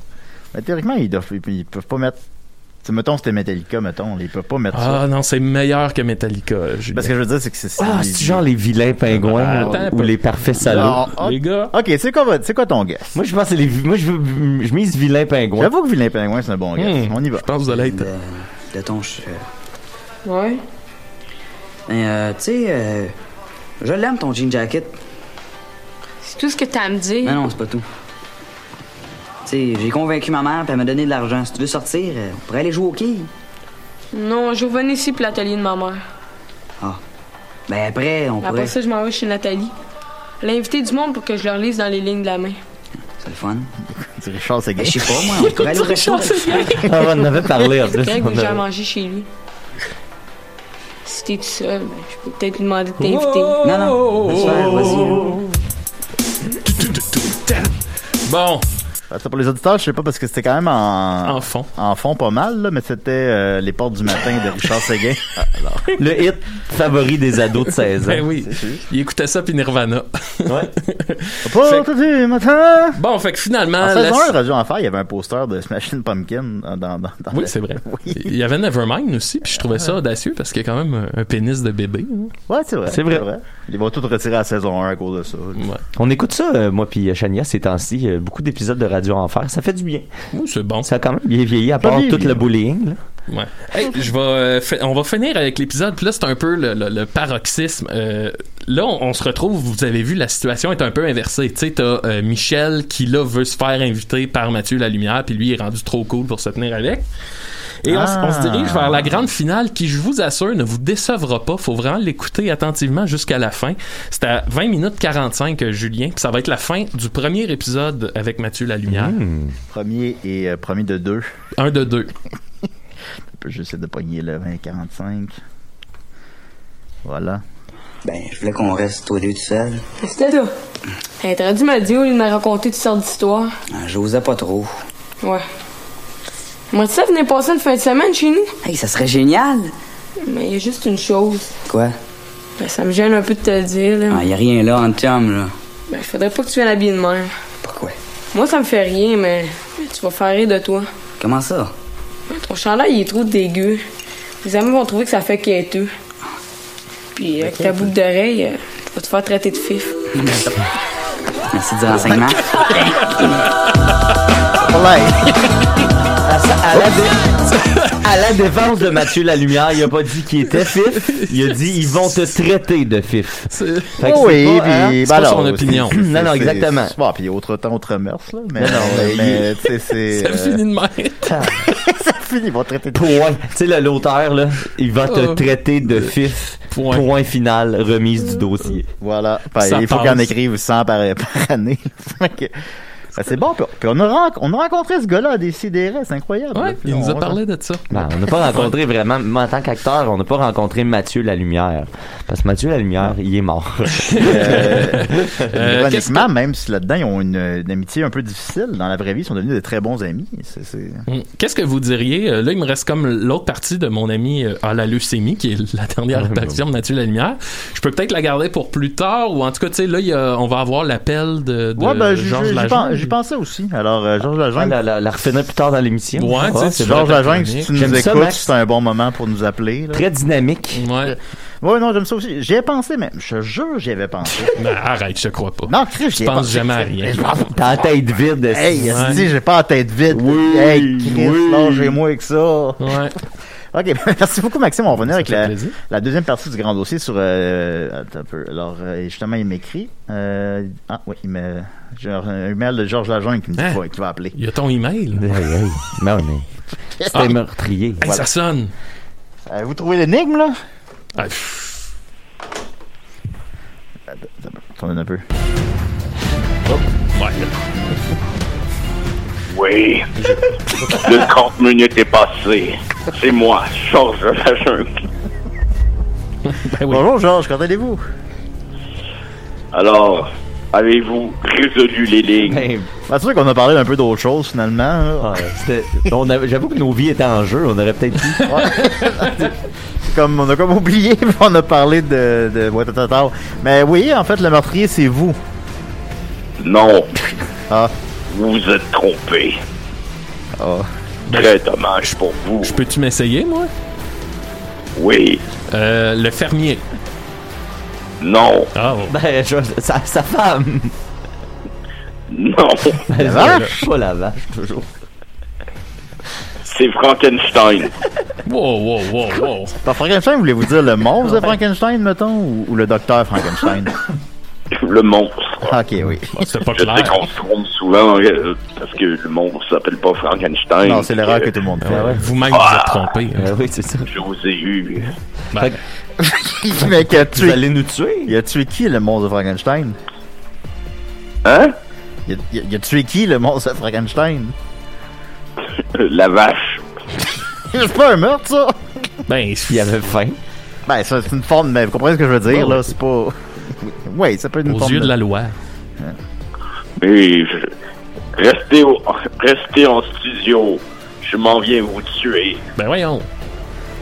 B: Mais Ben, théoriquement, ils, doivent, ils, ils peuvent pas mettre. Tu sais, mettons, c'était Metallica, mettons, ils peuvent pas mettre
C: Ah non, c'est meilleur que Metallica.
B: ça.
C: Julien.
B: Parce que je veux dire, c'est que c'est. c'est-
D: Ah, c'est genre les vilains pingouins
C: Ah,
D: là,
C: attends,
D: ou
C: pas-
D: les parfaits
B: Ah,
D: salauds.
B: ah,
C: Les gars.
B: Ok, c'est quoi, votre- c'est quoi ton guess?
D: Moi, je pense que c'est les. Moi, je, veux- je mise vilain pingouin. Mmh.
B: J'avoue que Vilain Pingouin, c'est un bon guess.
C: Hmm.
B: On y va.
C: Je pense que vous allez être.
J: De, Euh, de ton chef.
K: Ouais.
J: Mais euh, tu sais, euh, je l'aime ton jean jacket.
K: C'est tout ce que t'as à me
J: Non,
K: dire.
J: non, c'est pas tout. Tu sais, j'ai convaincu ma mère, puis elle m'a donné de l'argent. Si tu veux sortir, euh, on pourrait aller jouer au quilles.
K: Non, je revenais ici pour l'atelier de ma mère.
J: Ben après, on
K: Après
J: pourrait.
K: ça, je m'en vais chez Nathalie. Elle a invité du monde pour que je leur lise dans les lignes de la main.
J: C'est le fun.
B: (laughs) C'est Richard Seguin.
J: Ben, je
B: (laughs)
J: sais pas, moi, on pourrait aller au resto.
D: Ah, on en avait parlé en plus.
K: Greg
D: On
K: veut que j'aille
D: avait-
K: manger chez lui. Si t'es tout seul, ben, je peux peut-être lui demander de t'inviter.
J: Non, non, on peut se faire, vas-y. hein.
C: Bon,
B: Ah, ça, pour les auditeurs, je sais pas parce que c'était quand même en,
C: en fond.
B: en fond pas mal, là, mais c'était euh, Les Portes du Matin de
C: (laughs)
B: Richard Seguin. Ah, Alors,
D: Le hit favori des ados de 16 ans.
C: Ben oui, il écoutait ça puis Nirvana.
B: Portes du Matin!
C: Bon, fait que finalement,
B: En
C: la-
B: saison 1, Radio Enfer, il y avait un poster de Smashing Pumpkin dans, dans, dans
C: Oui,
B: la-
C: c'est vrai.
B: (laughs) Oui.
C: Il y avait Nevermind aussi, puis je trouvais ça audacieux parce qu'il y a quand même un pénis de bébé. hein.
B: Ouais, c'est vrai.
D: C'est vrai.
B: Ils vont tout retirer à saison 1 à cause de ça.
C: Ouais.
D: On écoute ça, euh, moi puis euh, Chania, ces temps-ci. euh, beaucoup d'épisodes de Radio Enfer. Ça fait du bien.
C: Oui, c'est bon.
D: Ça a quand même bien vieilli, à part
B: vieilli,
D: tout le
B: là.
D: bullying. là.
C: Ouais. Hey, je vais, euh, fi- on va finir avec l'épisode. Puis là, c'est un peu le, le- le paroxysme. Euh, là, on, on se retrouve, vous avez vu, la situation est un peu inversée. Tu sais, t'as euh, Michel qui, là, veut se faire inviter par Mathieu Lalumière. Puis lui, il est rendu trop cool pour se tenir avec. Et on, s- on se
N: Ah.
C: dirige vers la grande finale qui, je vous assure, ne vous décevra pas. Faut vraiment l'écouter attentivement jusqu'à la fin. C'est à 20 minutes 45, euh, Julien. Puis ça va être la fin du premier épisode avec Mathieu Lalumière.
B: Premier et euh, premier de deux.
C: Un de deux.
B: J'essaie de pogner le 20-45. Voilà.
J: Ben, je voulais qu'on reste tous les deux tout seul.
K: C'était toi. Hey, T'aurais dû me le dire, il m'a raconté toutes sortes d'histoires.
J: Ah, J'osais pas trop.
K: Ouais. Moi, tu sais, venez passer une fin de semaine chez nous.
J: Hey, ça serait génial.
K: Mais il y a juste une chose.
J: Quoi?
K: Ben, ça me gêne un peu de te le dire, là.
J: Ah, y a rien là en termes, là.
K: Ben, faudrait pas que tu viennes habillé de même.
J: Pourquoi?
K: Moi, ça me fait rien, mais mais tu vas faire rire de toi. (laughs)
J: Comment ça?
K: Ton chandail, il est trop dégueu. Les amis vont trouver que ça fait quêteux. Puis, euh, avec ta boucle d'oreille, euh, tu vas te faire traiter de fif.
J: Merci du renseignement.
C: Ah,
D: À, sa- à la dé- à la défense de Mathieu Lalumière, il a pas dit qu'il était fif, il a dit ils vont te traiter de fif. Fait que
B: Oh
D: c'est
B: oui,
D: pas, hein,
B: puis
D: c'est pas son opinion. Non, non, exactement.
B: Bon, puis autre temps, autre mœurs, là. Mais
D: Non,
B: non,
D: non,
B: mais,
D: mais-
B: tu
C: (laughs)
B: sais, c'est. euh,
D: Ça finit
C: de
B: ça finit, ils vont traiter de
D: Point. Tu sais, le- l'auteur, là, il va
B: Oh.
D: te traiter Ah. de fif.
C: Point.
D: final, remise du dossier.
B: Voilà. Enfin,
D: Ça
B: il faut
D: passe.
B: qu'on écrive 100 par, (laughs) par année. Fait que- ben, c'est bon. Puis, puis on, a ren- on a rencontré ce gars-là à des c'est incroyable.
C: Ouais,
B: Là, puis
C: il nous
B: on
C: a
B: va-
C: parlé de ça.
D: Ben, on n'a pas rencontré vraiment, moi, en tant qu'acteur, on n'a pas rencontré Mathieu Lalumière. Parce que Mathieu Lalumière, il est
B: (laughs)
D: mort.
B: Euh,
D: Euh, qu'est-ce
B: ironiquement, même si là-dedans, ils ont une, une amitié un peu difficile, dans la vraie vie, ils sont devenus de très bons amis. C'est- c'est-
C: Mm. Qu'est-ce que vous diriez? Euh, Là, il me reste comme l'autre partie de mon ami euh, à la leucémie, qui est la
D: Ah,
C: dernière apparition de Mathieu Lalumière. Je peux peut-être la garder pour plus tard, ou en tout cas, tu sais, là, il y a- on va avoir l'appel de, de
B: Ouais, ben, j'y-
C: Georges
B: j'y
C: Lajeune.
B: pen- j'y pensais aussi. Alors, euh, Georges Lajeune.
D: la, la, la refinerait plus tard dans l'émission.
C: Ouais, tu sais, tu
B: Ah, Georges
C: l'aurais
B: Lajeune,
C: pas
B: si tu
C: connu.
B: nous
C: J'aime
B: écoutes,
C: ça, Max.
B: c'est un bon moment pour nous appeler. là.
D: Très dynamique.
C: Ouais.
B: Ouais, non, j'aime ça aussi. J'y ai pensé, mais je te jure, j'y avais pensé.
C: Non, (laughs) arrête, je te crois pas.
B: Non, Chris,
C: je pense jamais à
D: (laughs)
C: rien.
D: T'as la tête vide.
B: Hey,
C: Ouais.
B: si j'ai pas la tête vide.
D: Oui,
B: hey, Chris,
D: oui.
B: lâchez-moi avec ça.
C: Ouais.
B: (laughs) OK, merci beaucoup, Maxime. On va revenir avec
C: fait
B: la,
C: plaisir.
B: la deuxième partie du grand dossier sur... euh, attends un peu. Alors, euh, justement, il m'écrit. Euh, ah, oui, il me... J'ai un un email de Georges Lajoie qui me dit
C: Hein?
B: qu'il va- qu'il va
C: (laughs)
B: appeler.
C: Il y a ton email.
D: Non, mais. C'est
B: Ah.
D: un meurtrier.
C: Hey, Ça sonne.
B: Euh, vous trouvez l'énigme, là?
C: Ah, pff,
B: Attendez un peu.
E: (laughs)
C: Oh, (laughs)
E: Oui. Le 30 minutes est passé. C'est moi, Georges Lajeune.
C: Ben
B: Bonjour, Georges. Quand allez-vous?
E: Alors, avez-vous résolu les lignes?
B: Ben, c'est sûr qu'on a parlé d'un peu d'autre chose, finalement. là.
D: Ah, C'était- on avait- J'avoue que nos vies étaient en jeu. On aurait peut-être pu.
B: comme on a comme oublié, (laughs) on a parlé de, de Watatata. Mais oui, en fait, le meurtrier, c'est vous.
E: Non.
B: Ah.
E: Vous vous êtes trompé. Très dommage pour vous.
C: je peux-tu m'essayer, moi?
E: Oui.
C: Euh, le fermier.
E: Non.
C: Oh.
D: Ben, je- sa, sa femme.
E: Non.
D: Ben,
E: La
D: c'est- Pas la vache, toujours.
E: C'est Frankenstein.
C: (laughs) Wow, wow, wow, wow.
B: Par Frankenstein, voulez-vous dire le monstre de
D: ben
B: Frankenstein, mettons, ou, ou le
D: (laughs)
B: docteur Frankenstein?
E: Le monstre.
B: ok, oui.
C: C'est pas
E: Je sais qu'on se trompe souvent euh, parce que le monstre s'appelle pas Frankenstein.
B: Non, c'est l'erreur que tout le monde fait.
C: Vous-même, Ah vous êtes trompé. hein.
D: Ah oui, c'est ça.
E: Je vous ai eu.
B: (laughs)
C: Ben,
B: Le Mec, a tué...
D: allez nous tuer?
B: Il a tué qui, le monstre de Frankenstein?
E: Hein?
B: Il a, il a- il a tué qui, le monstre de Frankenstein?
E: Euh, La vache.
B: (laughs) C'est pas un meurtre, ça!
C: Ben,
D: il avait faim.
B: Ben, ça, c'est une forme de... Vous comprenez ce que je veux dire,
E: Ouais,
B: là?
E: ouais.
B: C'est pas... (laughs) Oui, ça peut être une
C: aux
B: forme
C: yeux de la loi.
E: Ah. Mais je- restez, au- restez en studio. Je m'en viens vous tuer.
C: Ben, voyons.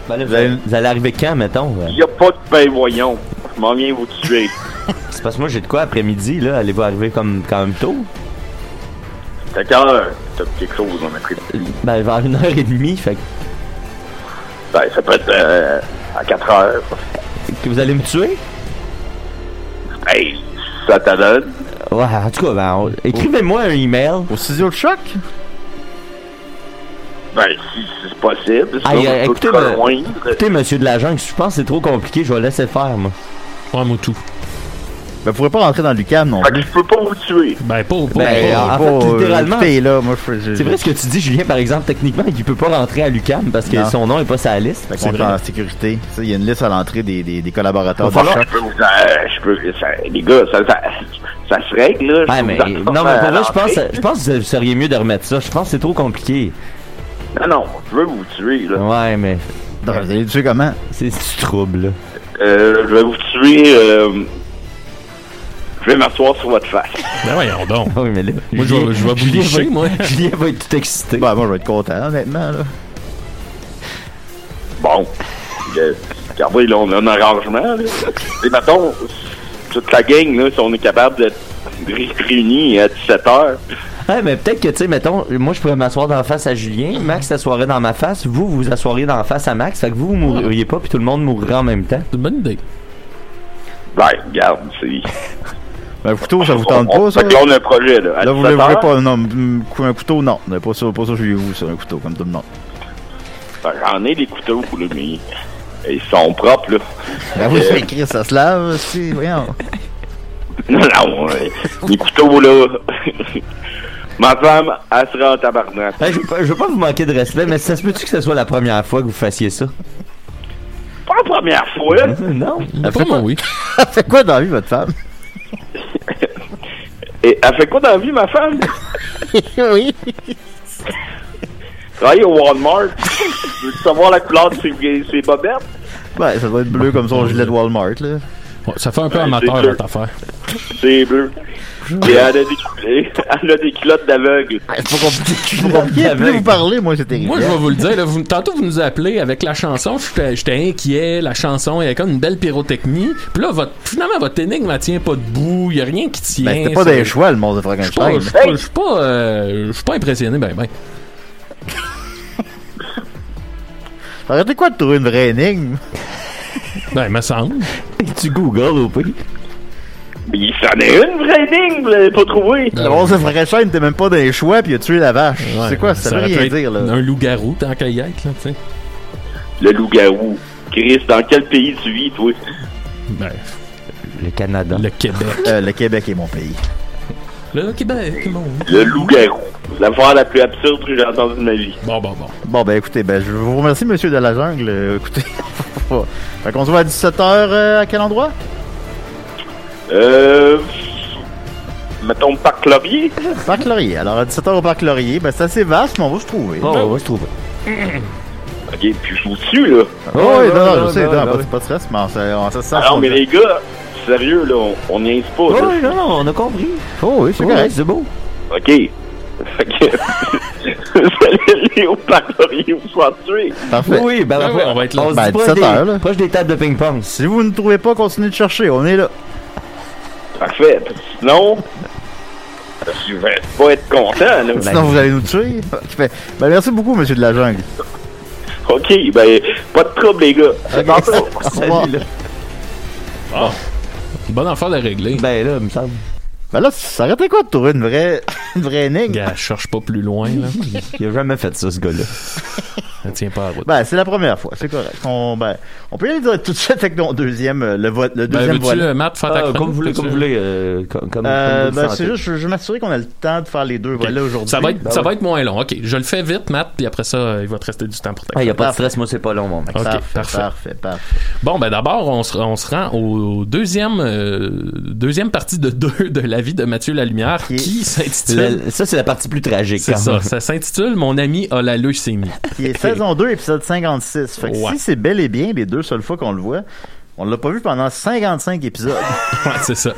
D: Ben, vous, allez, vous allez arriver quand, mettons? euh?
E: Il n'y a pas de pain-voyant. Je m'en viens vous tuer.
D: C'est parce que moi, j'ai de quoi après-midi, là? Allez-vous arriver comme quand même tôt?
E: T'as quelle heure? T'as quelque chose, on a pris.
D: Ben, vers une heure et demie, fait
E: Ben, ça peut être euh, à 4 heures.
D: que- que vous allez me tuer?
E: Hey, ça t'adonne?
D: Ouais, en tout cas, ben, on- écrivez-moi un email.
B: Au studio de choc?
E: Ben, si si c'est possible,
D: Hey,
E: sinon,
D: euh,
E: on peut
D: écoutez,
E: te
D: me-
E: rejoindre.
D: écoutez, monsieur de la jungle, je pense que c'est trop compliqué, je vais laisser faire, moi.
C: Ouais, moi tout.
B: Ben, vous pourrez pas rentrer dans le camp non plus.
E: Je peux pas vous tuer.
C: Ben, pas, pas,
D: Ben, en fait, littéralement,
B: là, moi, je, je-
D: C'est vrai ce que tu dis, Julien, par exemple, techniquement, il peut pas rentrer à l'UCAM parce que
B: Non.
D: son nom est pas sur la liste.
B: Fait qu'on est en sécurité. Ça, il y a une liste à l'entrée des, des, des collaborateurs
E: Va
B: de
E: falloir-
B: choc.
E: je peux vous- euh, je peux- ça- les gars, ça, ça, ça se règle, là. Je
D: Ouais,
E: peux
D: mais-
E: vous en-
D: non, mais pour
E: à
D: vrai, je pense,
E: l'entrée.
D: je pense que vous seriez mieux de remettre ça. Je pense que c'est trop compliqué.
E: Non, non, je veux vous tuer, là.
D: Ouais, mais.
B: Vous allez le tuer comment
D: C'est du trouble, là.
E: Euh, je vais vous tuer. euh, je vais m'asseoir sur votre face.
C: Ben voyons
D: (laughs)
C: donc.
D: Ah oui, mais là,
C: Moi, je vais- je vais vous
D: Julien
C: licher,
D: va-
C: moi.
D: (laughs) Julien va être tout excité.
B: Ben, moi, je vais être content, honnêtement, là.
E: Bon. Euh, Regardez, là, on a un arrangement, là. Et mettons, toute la gang, là, si on est capable d'être ré- réunis à 17h,
D: Ouais, mais peut-être que, tu sais, mettons, moi, je pourrais m'asseoir dans la face à Julien, Max s'assoirait dans ma face, vous, vous assoiriez dans la face à Max, fait que vous, vous mourriez pas, puis tout le monde mourrait en même temps.
C: C'est une bonne idée.
E: ben, regarde, c'est.
B: Ben, le couteau, ça vous tente
E: on-
B: pas, ça?
E: Fait que là, on a un projet, là. À
B: Là, vous
E: 17
B: le voulez
E: heures,
B: pas, non, mm, cou- un couteau, non. Mais Pas ça, pas ça chez vous, ça, un couteau, comme tout le monde.
E: ben, J'en ai des couteaux, là, mais. Ils sont propres, là.
B: Ben, vous,
E: Euh,
B: c'est écrit, ça se lave, si, voyons.
E: (laughs) Non, non, euh, les couteaux, là. (laughs) Ma femme, elle sera en tabarnak.
D: Hey, je, veux pas- je veux pas vous manquer de respect, mais ça se peut-tu que ce soit la première fois que vous fassiez ça?
E: Pas la première fois.
B: (laughs)
D: non.
B: Après,
C: moi,
D: (laughs)
C: oui.
B: fait quoi dans la vie, votre femme?
E: Et elle fait quoi dans la vie, ma
D: (laughs)
E: femme?
B: oui.
E: Travaille au Walmart. Veux-tu savoir la couleur de ses, ses bobettes?
B: Ouais, Ben, ça doit être bleu comme son gilet de Walmart, là.
C: Ouais, ça fait un peu
E: Ouais,
C: amateur,
E: Ben, c'est sûr.
C: votre affaire.
E: C'est bleu. Et elle a des, (laughs) elle a des culottes d'aveugle.
B: Faut qu'on Plus vous parlez, moi, c'est terrible.
C: Moi, je vais vous le dire. Là, vous, tantôt, vous nous appelez avec la chanson. J'étais j'étais inquiet. La chanson, il y a comme une belle pyrotechnie. Puis là, votre, finalement, votre énigme, elle tient pas debout. Il y a rien qui tient.
B: Ben, c'était pas
C: C'est-
B: des choix, le monde de
C: Je suis pas-
B: Frankenstein.
C: je suis pas- je suis pas, euh, je suis pas impressionné, ben ben.
B: Arrêtez quoi de trouver une vraie énigme?
C: Ben, il me semble.
D: tu googles au pays.
E: Il s'en
C: Euh,
E: est une vraie dingue, vous l'avez pas trouvée.
B: Le monde de Frankenstein n'était même pas dans les choix, puis il a tué la vache. c'est quoi? Ça, veut
C: aurait
B: rien
C: pu être
B: dire, là.
C: Un loup-garou, t'es en kayak, là, tu sais.
E: Le loup-garou. Chris, dans quel pays tu vis, toi?
C: Ben,
D: Le Canada.
C: le Québec.
B: Euh, le Québec est mon pays.
C: Le Québec, mon.
E: Le loup-garou. L'affaire la plus absurde que j'ai entendue de ma vie.
C: Bon, bon, bon.
B: Bon, ben écoutez, ben je vous remercie, monsieur de la jungle. Euh, écoutez, (laughs) fait qu'on se voit à 17h à quel endroit?
E: Euh. Mettons Parc Laurier.
B: Parc Laurier. Alors, à 17h au Parc Laurier, ben c'est assez vaste, mais on va se trouver. Ben
D: Oh, on va se trouver.
E: Ok, puis je vous tue, là.
B: Ah oui,
D: ouais,
B: non, non,
D: ouais,
B: je
D: ouais,
B: sais, non,
D: ouais,
B: pas,
D: ouais.
B: pas de stress, mais on se- on se sent.
E: Ah non, mais les gars, sérieux, là, on, on niaise pas,
D: Oh,
E: là.
D: oui, non, non, on a compris.
B: Oh oui, c'est
D: Ouais,
B: correct.
D: c'est beau.
E: OK. (laughs) Fait que... Vous allez aller au Parc Laurier, vous soyez tués.
B: Parfait.
D: Oui, ben,
C: Ben
D: ben,
C: ouais, on va être là.
D: se
B: Ben,
D: dit proche
B: 17
D: des-
B: heures, là.
D: Proche des tables de ping-pong.
B: Si vous ne trouvez pas, continuez de chercher, on est là.
E: Parfait. Sinon... Je vais pas être content, là.
D: Ben,
B: Sinon, vous allez nous tuer. (laughs) Fait- Ben, merci beaucoup, monsieur de la jungle.
E: OK, ben, pas de trouble, les gars.
B: Au revoir.
D: Salut, là.
C: Bonne affaire de régler.
D: Ben là, il me semble.
B: Ben là, s'arrêtez quoi de trouver une vraie, une vraie énigme?
C: Gars, cherche pas plus loin,
B: (laughs)
C: là.
D: Il a jamais fait ça, ce gars-là.
C: Ça tient pas la route.
B: Ben, c'est la première fois, c'est correct. On, ben, on peut y aller dire tout de suite avec mon deuxième, euh, le, vote, le
C: Ben,
B: deuxième
C: veux-tu,
B: volet.
C: euh, Matt, faire ta
D: Ah,
C: chronique?
D: comme vous voulez,
C: T'as-tu-
D: comme vous voulez. euh, comme, comme,
B: Euh,
D: comme vous le
B: ben,
D: sentez.
B: c'est juste, je je veux m'assurer qu'on a le temps de faire les deux volets aujourd'hui.
C: Ça va, être,
D: Ben
C: ça
D: ouais.
C: va être moins long. OK, je le fais vite, Matt, puis après ça, euh, il va te rester du temps pour ta
D: Ah, y a pas de
B: Parfait.
D: stress, moi, c'est pas long, mon mec.
C: Ok,
B: parfait,
C: parfait.
B: parfait, parfait,
C: Bon, ben d'abord, on se, on se rend au deuxième, euh, deuxième partie de deux de la vie de Mathieu Lalumière
B: Qui-
C: qui s'intitule.
D: Le- ça, c'est la partie plus tragique.
C: C'est
D: quand
C: ça,
D: même.
C: ça s'intitule Mon ami a la leucémie.
B: Qui est saison 2, épisode 56. Fait que
C: Ouais.
B: si c'est bel et bien les deux seules fois qu'on le voit, on l'a pas vu pendant 55 épisodes.
C: (laughs) Ouais, c'est
B: (laughs)
C: ça.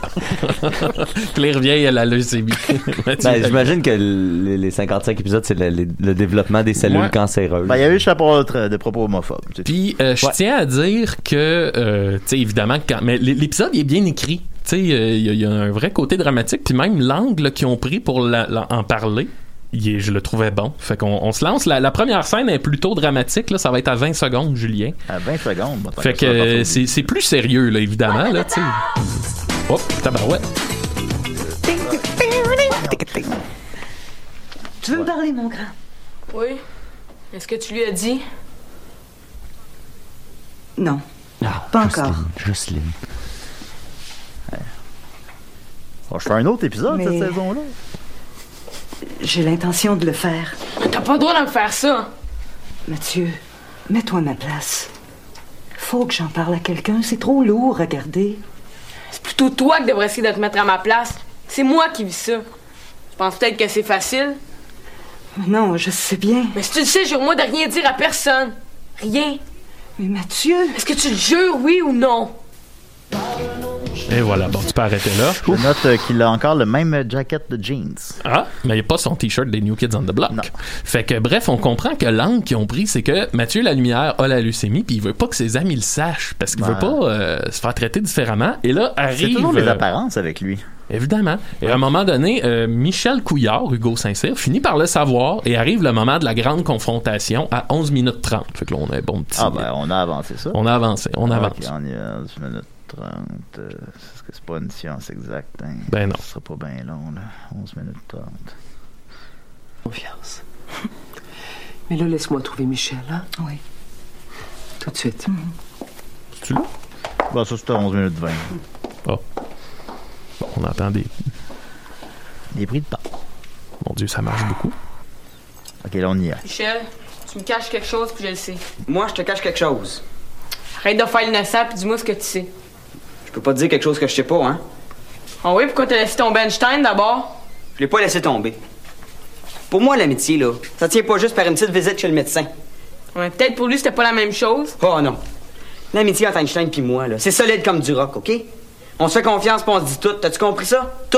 D: (laughs)
C: Claire Vieille a la leucémie. Mathieu
D: Ben,
C: Lalumière.
D: j'imagine que le- les 55 épisodes, c'est le, les- le développement des cellules
C: Ouais.
D: cancéreuses.
B: ben, il y avait eu le chapeau de, de propos homophobes. c'est tout.
C: Puis euh, je
D: Ouais.
C: tiens à dire que, euh, tu sais, évidemment, que quand, mais l'é- l'épisode il est bien écrit. Tu sais, euh, il y, a- il y a un vrai côté dramatique, puis même l'angle qu'ils ont pris pour la- la- en parler. il est- je le trouvais bon. Fait qu'on on se lance. La, la première scène est plutôt dramatique. Là, ça va être à 20 secondes, Julien.
B: À 20 secondes. bon, tant
C: Fait
B: ça,
C: que
B: on va
C: euh,
B: faire
C: c'est c'est plus sérieux, là, évidemment. Là, tu sais. Hop, tabarouette.
I: Tu veux me parler, mon grand?
K: Oui. Est-ce que tu lui as dit?
J: Non.
B: Ah,
D: Pas
J: encore.
D: Jocelyne.
B: On va faire un autre épisode
J: Mais-
B: cette saison-là.
J: J'ai l'intention de le faire.
K: T'as pas le droit de me faire ça!
J: Mathieu, mets-toi à ma place. Faut que j'en parle à quelqu'un, c'est trop lourd, regardez.
K: C'est plutôt toi qui devrais essayer de te mettre à ma place. C'est moi qui vis ça. Tu penses peut-être que c'est facile?
J: Non, je sais bien.
K: Mais si tu le sais, jure-moi de rien dire à personne. Rien.
J: Mais Mathieu...
K: Est-ce que tu le jures, oui ou non?
C: Et voilà, bon, tu peux arrêter là.
B: Je note euh, qu'il a encore le même euh, jacket de jeans.
C: Ah, mais il n'y a pas son t-shirt des New Kids on the Block. Fait que bref, on comprend que l'angle qu'ils ont pris, c'est que Mathieu Lalumière a la leucémie, puis il veut pas que ses amis le sachent, parce qu'il
B: Ouais.
C: veut pas euh, se faire traiter différemment. Et là arrive.
B: toujours les
C: apparences
B: avec lui.
C: Évidemment. Et à un moment donné, euh, Michel Couillard, Hugo Saint-Cyr, finit par le savoir et arrive le moment de la grande confrontation à 11 minutes 30. Fait que là, on a un bon petit.
B: Ah ben, on a avancé ça.
C: On a avancé, on
B: Ah,
C: avance.
B: ok, on est à 10 minutes 30. euh, Est-ce que c'est pas une science exacte? hein?
C: Ben non.
B: Ce sera pas bien long, là. 11 minutes 30.
I: Confiance. Mais là, laisse-moi trouver Michel, hein?
J: Oui.
I: Tout de suite.
B: Mm-hmm.
C: Tu l'as?
B: Bah, ça, c'était à 11 minutes 20. Oh.
C: Bon. Bon, on entend des.
B: Des prix de temps.
C: Mon Dieu, ça marche beaucoup.
B: Ok, là, on y est.
K: Michel, tu me caches quelque chose, puis je le sais.
J: Moi, je te cache quelque chose.
K: Arrête de faire l'innocent, puis dis-moi ce que tu sais.
J: Je peux pas te dire quelque chose que je sais pas, hein?
K: Ah oui, pourquoi t'as laissé ton Benstein d'abord?
J: Je l'ai pas laissé tomber. Pour moi, l'amitié, là, ça tient pas juste par une petite visite chez le médecin.
K: Ouais, peut-être pour lui, c'était pas la même chose.
J: Oh non. L'amitié entre Einstein puis moi, là, c'est solide comme du rock, OK? On se fait confiance puis on se dit tout. T'as-tu compris ça? Tout.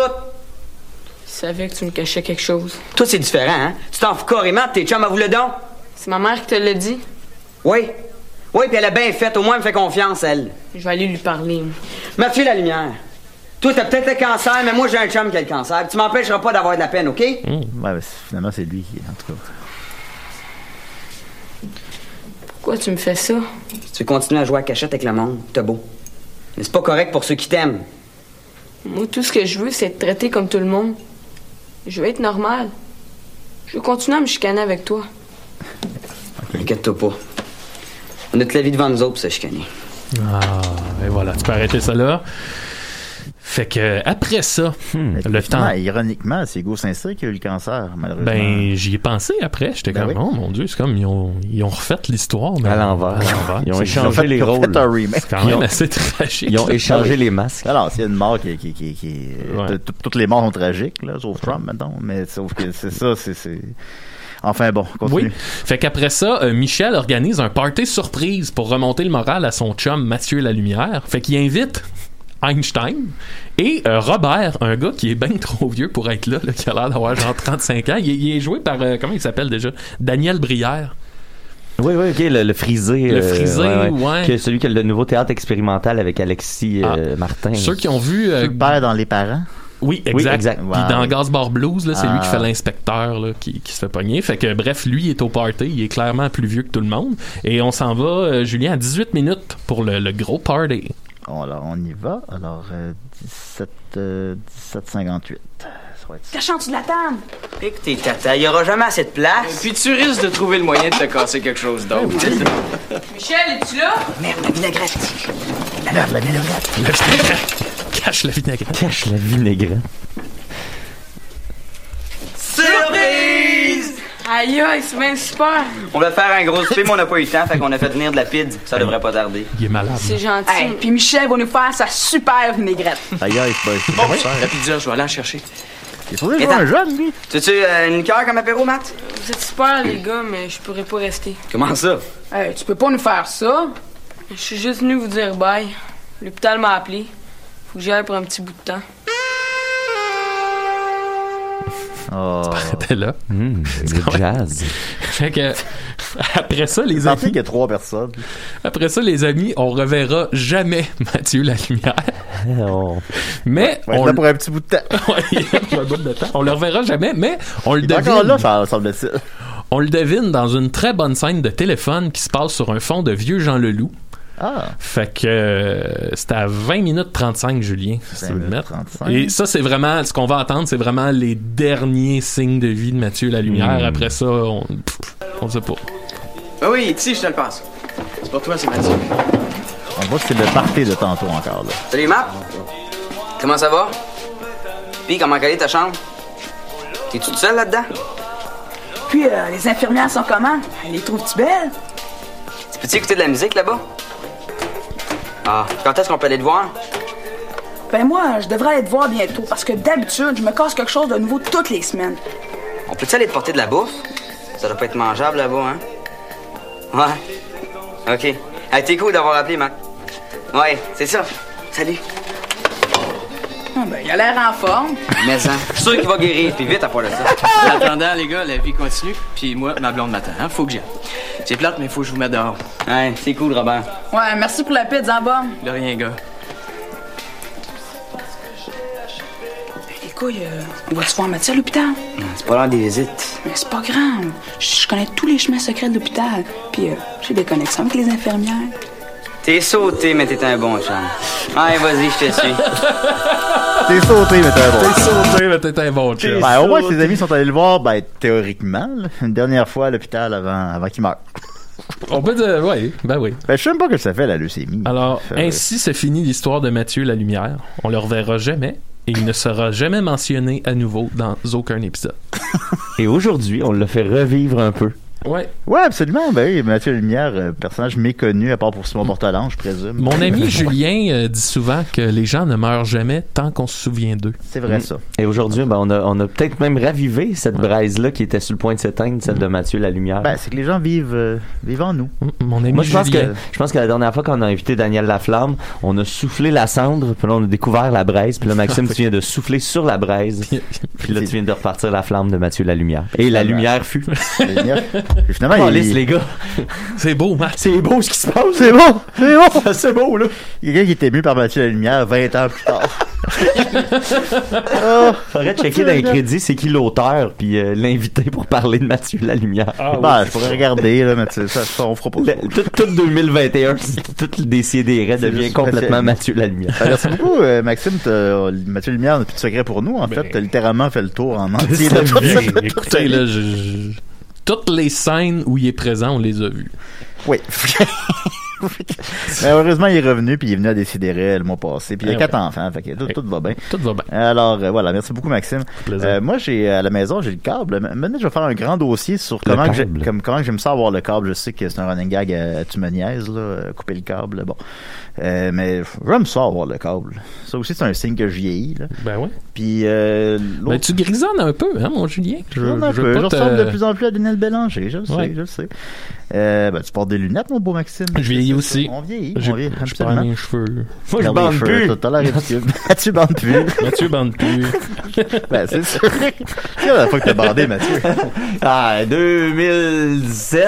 K: Je savais que tu me cachais quelque chose.
J: Tout, c'est différent, hein? Tu t'en fous carrément de tes chums à vous le don?
K: C'est ma mère qui te l'a dit.
J: Oui. Oui, puis elle a bien fait. Au moins, elle me fait confiance, elle.
K: Je vais aller lui parler.
J: Mathieu la lumière. Toi, t'as peut-être le cancer, mais moi, j'ai un chum qui a le cancer. puis Tu m'empêcheras pas d'avoir de la peine, OK?
B: Ouais, ben, c'est- finalement, c'est lui qui est, en tout cas.
K: Pourquoi tu me fais ça?
J: Si tu veux continuer à jouer à cachette avec le monde, t'es beau. Mais c'est pas correct pour ceux qui t'aiment.
K: Moi, tout ce que je veux, c'est être traité comme tout le monde. Je veux être normal. Je veux continuer à me chicaner avec toi.
J: Inquiète-toi pas. On a toute la vie devant nous autres pour se chicaner.
C: Ah, et voilà, tu peux arrêter ça là. Fait que après ça, hmm, le temps.
B: Effectivement, Ironiquement, c'est Hugo Saint-Cyr qui a eu le cancer, malheureusement.
C: Ben, j'y ai pensé après. J'étais
B: Ben
C: comme,
B: oui.
C: oh mon dieu, c'est comme, ils ont, ils ont refait l'histoire. mais- À l'envers.
D: Ils ont
C: C'est-
D: échangé les
C: Ah, ils ont fait
D: rôles.
C: un remake. C'est quand
D: Ils
C: même
D: ont-
C: assez tragique. Ah
B: Ah
D: Ils ont échangé les masques.
B: Alors, s'il y a une mort qui. qui, qui, qui- tout- tout- Toutes les morts sont tragiques, là, sauf Trump, maintenant. Mais sauf que c'est ça, c'est- c'est. Enfin, bon,
C: Oui.
B: continue.
C: Fait qu'après ça, euh, Michel organise un party surprise pour remonter le moral à son chum Mathieu Lalumière. Fait qu'il invite Einstein et euh, Robert, un gars qui est bien trop vieux pour être là, là, qui a l'air d'avoir genre 35 ans. Il, est- il est joué par, euh, comment il s'appelle déjà? Daniel Brière.
D: Oui, oui, ok, le, le frisé. euh,
C: Le frisé, ouais. Ah.
D: Que celui qui a le nouveau théâtre expérimental avec Alexis euh, Martin.
C: Ceux qui ont vu... euh,
B: Père dans Les Parents.
C: Oui, exact.
D: Oui, exact.
C: Puis
D: Wow.
C: dans Gasbar Blues, là, c'est lui qui
B: Ah.
C: fait l'inspecteur là, qui, qui se fait pogner. Fait que bref, lui il est au party, il est clairement plus vieux que tout le monde. Et on s'en va, euh, Julien, à 18 minutes pour le, le gros party.
B: On, alors, on y va. Alors, euh, 17, euh, 1758. Ça va être ça.
O: Cache en dessous de la table.
J: Écoutez, tata, il y aura jamais assez de place.
P: Puis tu risques de trouver le moyen de te casser quelque chose d'autre. (laughs)
K: Michel, es-tu là?
J: Merde, la vinaigrette.
B: Merde, la vinaigrette.
C: (laughs) La vinaigrette. Cache la vinaigrette.
D: Cache la vinaigrette.
J: Surprise!
K: Aïe, aïe, c'est bien super.
J: On va faire un gros souper, mais on n'a pas eu le temps, fait qu'on a fait venir de la pide. Ça devrait pas tarder.
C: Il est malade.
K: C'est gentil.
I: Hey, puis Michel va nous faire sa super vinaigrette.
B: Aïe, c'est
J: pas
P: La pizza, je vais aller en chercher.
B: Il faudrait
J: jouer un
B: jeune, lui.
J: Tu veux-tu euh, une liqueur comme apéro, Matt?
K: Vous êtes super, les gars, mais je pourrais pas rester.
J: Comment ça?
K: Hey, tu peux pas nous faire ça? Je suis juste venu vous dire bye. L'hôpital m'a appelé. Faut que j'aille pour un petit bout de temps.
B: Oh.
C: T'es là.
D: Hum,
C: (laughs)
D: le jazz.
C: Fait que (laughs) après ça, les
B: Sentez
C: amis,
B: qu'il y a trois personnes.
C: après ça, les amis, on reverra jamais (laughs) Mathieu la
D: (laughs)
C: lumière. Mais
B: Ouais,
C: on
B: là pour un petit bout de temps.
C: (laughs) Ouais, il est là pour un bout de temps. On le reverra jamais, mais on le
B: Il est
C: devine.
B: encore là, ça semble-t-il.
C: On le devine dans une très bonne scène de téléphone qui se passe sur un fond de vieux Jean Leloup.
B: Ah.
C: Fait que euh, c'était à 20 minutes 35, Julien, si tu veux le mettre.
B: 35.
C: Et ça, c'est vraiment, ce qu'on va entendre, c'est
B: Hmm.
C: vraiment les derniers signes de vie de Mathieu Lalumière.
D: Mm.
C: Après ça, on, pff, on sait pas.
Q: Ah oui, ici, je te le passe. C'est pour toi, c'est Mathieu.
B: On voit que c'est le party de tantôt encore, là.
J: Salut, Marc. Comment ça va? Puis, comment qu'elle est ta chambre? T'es-tu toute seule là-dedans?
I: Puis, euh, les infirmières sont comment? Elles les trouvent-tu belles?
J: Tu peux-tu écouter de la musique là-bas? Ah, quand est-ce qu'on peut aller te voir?
I: Ben moi, je devrais aller te voir bientôt parce que d'habitude, je me casse quelque chose de nouveau toutes les semaines.
J: On peut-tu aller te porter de la bouffe? Ça doit pas être mangeable là-bas, hein? Ouais. OK. Hey, t'es cool d'avoir appelé, Marc. Ouais, c'est ça. Salut.
I: Ah, ben, il a l'air en forme.
J: Mais hein, je suis sûr qu'il va guérir, puis vite à part de ça.
Q: En attendant, les gars, la vie continue. Puis moi, ma blonde m'attend. Hein? Faut que j'y aille. C'est plate, mais faut que je vous mette dehors.
J: Ouais, c'est cool, Robert.
I: Ouais, merci pour la pizza en bas.
Q: De rien, gars.
I: Les couilles, euh, on va-tu voir Mathieu à l'hôpital?
J: C'est pas l'heure des visites.
I: Mais c'est pas grave. Je je connais tous les chemins secrets de l'hôpital. Puis euh, j'ai des connexions avec les infirmières.
J: T'es sauté, mais t'es un bon chum. Allez, vas-y, je te (laughs) suis.
B: T'es sauté, mais t'es un bon.
C: T'es sauté, mais t'es un bon chum.
B: Ben, au moins, ses amis sont allés le voir, ben, théoriquement, là, une dernière fois à l'hôpital avant, avant qu'il meure.
C: On peut dire, ouais, ben oui.
B: Ben, je sais même pas que ça fait, la leucémie.
C: Alors,
B: Fait-
C: ainsi se finit l'histoire de Mathieu la Lumière. On le reverra jamais et il ne sera jamais mentionné à nouveau dans aucun épisode.
D: Et aujourd'hui, on le fait revivre un peu.
C: Ouais.
B: Ouais, absolument. Ben oui, Mathieu Lumière, euh, personnage méconnu, à part pour Simon Portalan, je présume.
C: Mon ami Julien euh, dit souvent que les gens ne meurent jamais tant qu'on se souvient d'eux.
B: C'est vrai,
C: (laughs)
B: ça.
D: Et aujourd'hui, ben, on a, on a peut-être même ravivé cette braise-là qui était sur le point de s'éteindre, celle de Mathieu la lumière.
B: Ben, c'est que les gens vivent, euh, vivent en nous.
C: Mon ami
D: Moi, je pense, que,
C: Julien.
D: je pense que la dernière fois qu'on a invité Daniel Laflamme, on a soufflé la cendre, puis là, on a découvert la braise, puis
C: (laughs)
D: là, Maxime, tu viens de souffler sur la braise, puis là, tu viens de repartir la flamme de Mathieu la lumière. Et la lumière fut.
B: La lumière. Puis finalement,
D: Oh,
B: il-
D: lisse, les gars.
C: (laughs) C'est beau, Matt.
D: C'est beau ce qui se passe.
B: C'est bon! C'est
D: (laughs)
B: bon!
D: C'est beau, là!
B: Il y a quelqu'un qui était ému par Mathieu la Lumière 20 ans plus tard. Oh,
C: (laughs)
D: Faudrait checker dans les crédits, c'est qui l'auteur, puis euh, l'invité pour parler de Mathieu la lumière.
C: Ah,
B: Ben, je pourrais regarder, là, mais tu sais, ça, ça, on fera pas.
D: Le- tout, tout 2021, c'est- tout le DCDR
B: C'est
D: devient
B: juste
D: complètement
B: facile.
D: Mathieu la lumière.
B: Ben, merci beaucoup, euh, Maxime. t'as- Mathieu Lumière n'a plus de secret pour nous, en fait. T'as littéralement fait le tour en entier. de tout
C: Hey,
B: ça.
C: écoutez, là, je- je- toutes les scènes où il est présent, on les a vues.
B: Oui. (laughs) Mais heureusement, il est revenu, puis il est venu à Décideret le mois passé. Puis il y a
C: Eh
B: quatre
C: ouais.
B: enfants, fait que tout,
C: Eh.
B: tout va bien.
C: Tout va bien.
B: Alors, euh, voilà, merci beaucoup, Maxime.
C: plaisir.
B: Euh, moi, j'ai à la maison, j'ai le câble. M- Maintenant, je vais faire un grand dossier sur
D: Le
B: comment que j'ai-
D: câble.
B: comme, comment que j'aime ça avoir le câble. Je sais que c'est un running gag à tu me niaises, là, euh, couper le câble, bon. Euh, mais j'aime ça avoir le câble. Ça aussi, c'est un signe que je vieillis, là.
C: Ben ouais.
B: Puis euh,
C: Ben,
B: l'autre...
C: tu grisonnes un peu, hein, mon Julien? Je,
B: Non, non,
C: je
B: je,
C: veux
B: je
C: pas te-
B: ressemble de plus en plus à Daniel Bélanger, je le sais,
C: Ouais.
B: je le sais. Euh, ben, tu portes des lunettes, mon beau Maxime.
C: Je vieillis aussi.
B: On vieillit,
C: J'ai-
B: on vieillit,
C: Je perds
B: absolument.
C: mes cheveux.
D: Moi, je
B: Regarde les
D: bande
B: cheveux,
D: plus.
B: t'as- T'as l'air ridicule. (laughs) tu bandes plus.
C: Mathieu bande plus.
B: (laughs) Ben, c'est sûr. C'est la fois que t'as bandé, Mathieu.
D: Ah, 2007.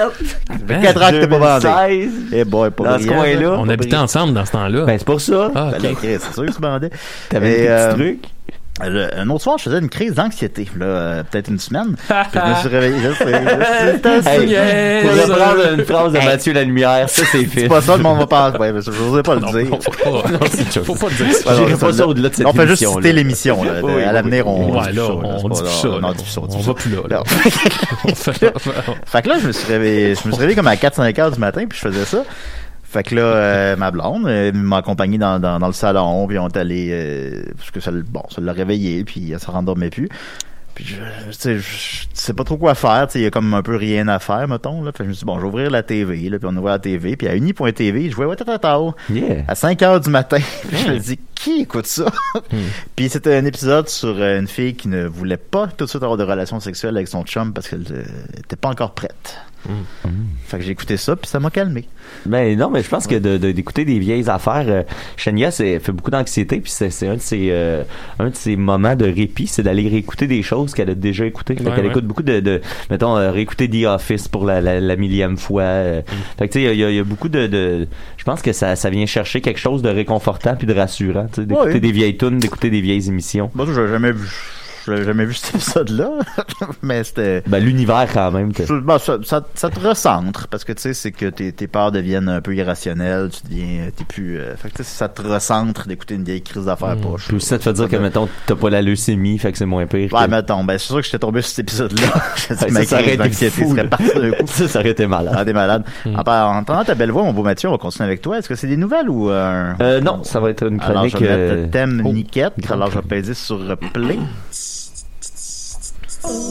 C: Ben,
B: 4 ans que t'as pas bandé.
D: 2016.
B: Eh boy, pas
D: Dans ce
B: brillant,
D: coin-là.
C: on habitait ensemble dans ce temps-là.
D: Ben, c'est pour ça.
C: ah,
B: Ben
C: ok.
B: là, Chris, c'est sûr que tu bandais.
D: T'avais
B: Et,
D: des
B: euh,
D: petits trucs.
B: le- un autre soir, je faisais une crise d'anxiété, là, euh, peut-être une semaine. Puis je me suis réveillé. Je sais, je
D: (laughs)
B: sais, c'est-
D: Hey,
C: yes.
D: pour reprendre une phrase de Mathieu la lumière, ça c'est fait.
B: C'est pas ça, le monde va penser. Ouais, mais je n'osais pas le
C: Non,
B: dire.
C: faut
B: (laughs)
C: pas- faut pas dire ça.
B: Ouais,
D: J'irai pas
B: non, celle-là.
D: ça au-delà de cette
B: On fait juste
D: émission,
B: citer
D: là.
B: l'émission. là.
D: Oui,
B: À
D: oui,
B: l'avenir,
D: oui.
B: on
C: Ouais, là, on dit
B: dit
C: plus ça. là.
B: On dit plus ça.
C: On va plus là. là.
B: Non. (laughs) Fait que là, je me suis réveillé, je me suis réveillé comme à 4-5 heures du matin, puis je faisais ça. Fait que là, euh, ma blonde euh, m'a accompagné dans, dans, dans le salon, puis on est allé, euh, parce que ça, le- bon, ça l'a réveillé, puis elle se rendormait plus. Puis je, tu sais, je, je sais pas trop quoi faire, tu sais, il y a comme un peu rien à faire, mettons. Là. Fait que je me suis dit, bon, je vais ouvrir la TV, là, puis on ouvre la TV, puis à uni.tv, je vois Watatata
D: Yeah.
B: à 5 heures du matin. (laughs) Puis je me dis, qui écoute ça? (laughs) Puis c'était un épisode sur euh, une fille qui ne voulait pas tout de suite avoir de relation sexuelle avec son chum parce qu'elle euh, était pas encore prête.
C: Oh.
B: Fait que j'ai écouté ça, puis ça m'a calmé.
D: Ben non, mais je pense que de- de- d'écouter des vieilles affaires, euh, Chania c'est- fait beaucoup d'anxiété, puis c'est c'est un de ses euh, un de ses moments de répit, c'est d'aller réécouter des choses qu'elle a déjà écoutées. Fait
C: Ouais,
D: qu'elle
C: ouais.
D: écoute beaucoup de, de mettons euh, réécouter The Office pour la, la, la millième fois. euh.
C: Mm.
D: Fait que tu sais, il y, a- il y a beaucoup de, de- je pense que ça, ça vient chercher quelque chose de réconfortant puis de rassurant, tu sais, d'écouter
B: Ouais.
D: des vieilles tunes, d'écouter des vieilles émissions.
B: Moi, j'ai jamais vu. je l'avais jamais vu (laughs) cet épisode-là, mais c'était...
D: Ben, l'univers, quand même. que-
B: Bon, ça, ça- ça te recentre, parce que tu sais, c'est que tes, tes peurs deviennent un peu irrationnelles, tu deviens, t'es plus... euh, fait que tu sais, ça te recentre d'écouter une vieille crise d'affaires
D: Hmm.
B: poche.
D: Puis aussi, ça te fait dire que, mettons, t'as pas la leucémie, fait que c'est moins pire.
B: Ouais, mettons, ben, c'est sûr que j'étais tombé sur cet épisode-là. (laughs) J'ai dit,
D: Ouais,
B: ma
D: ça, ça aurait
B: crise
D: été
B: d'anxiété
D: fou,
B: serait
D: là.
B: partie d'un
D: (laughs)
B: coup.
D: Ça, ça aurait été malade. Hmm.
B: Ça aurait été malade. En, par- en entendant ta belle voix, mon beau Mathieu, on va continuer avec toi. Est-ce que c'est des nouvelles ou euh, un...
D: Euh, non, ça va être une
B: Alors, je
D: chronique.
B: vais mettre
D: euh,
B: le thème Niquette. Alors, je vais peser sur euh, Play.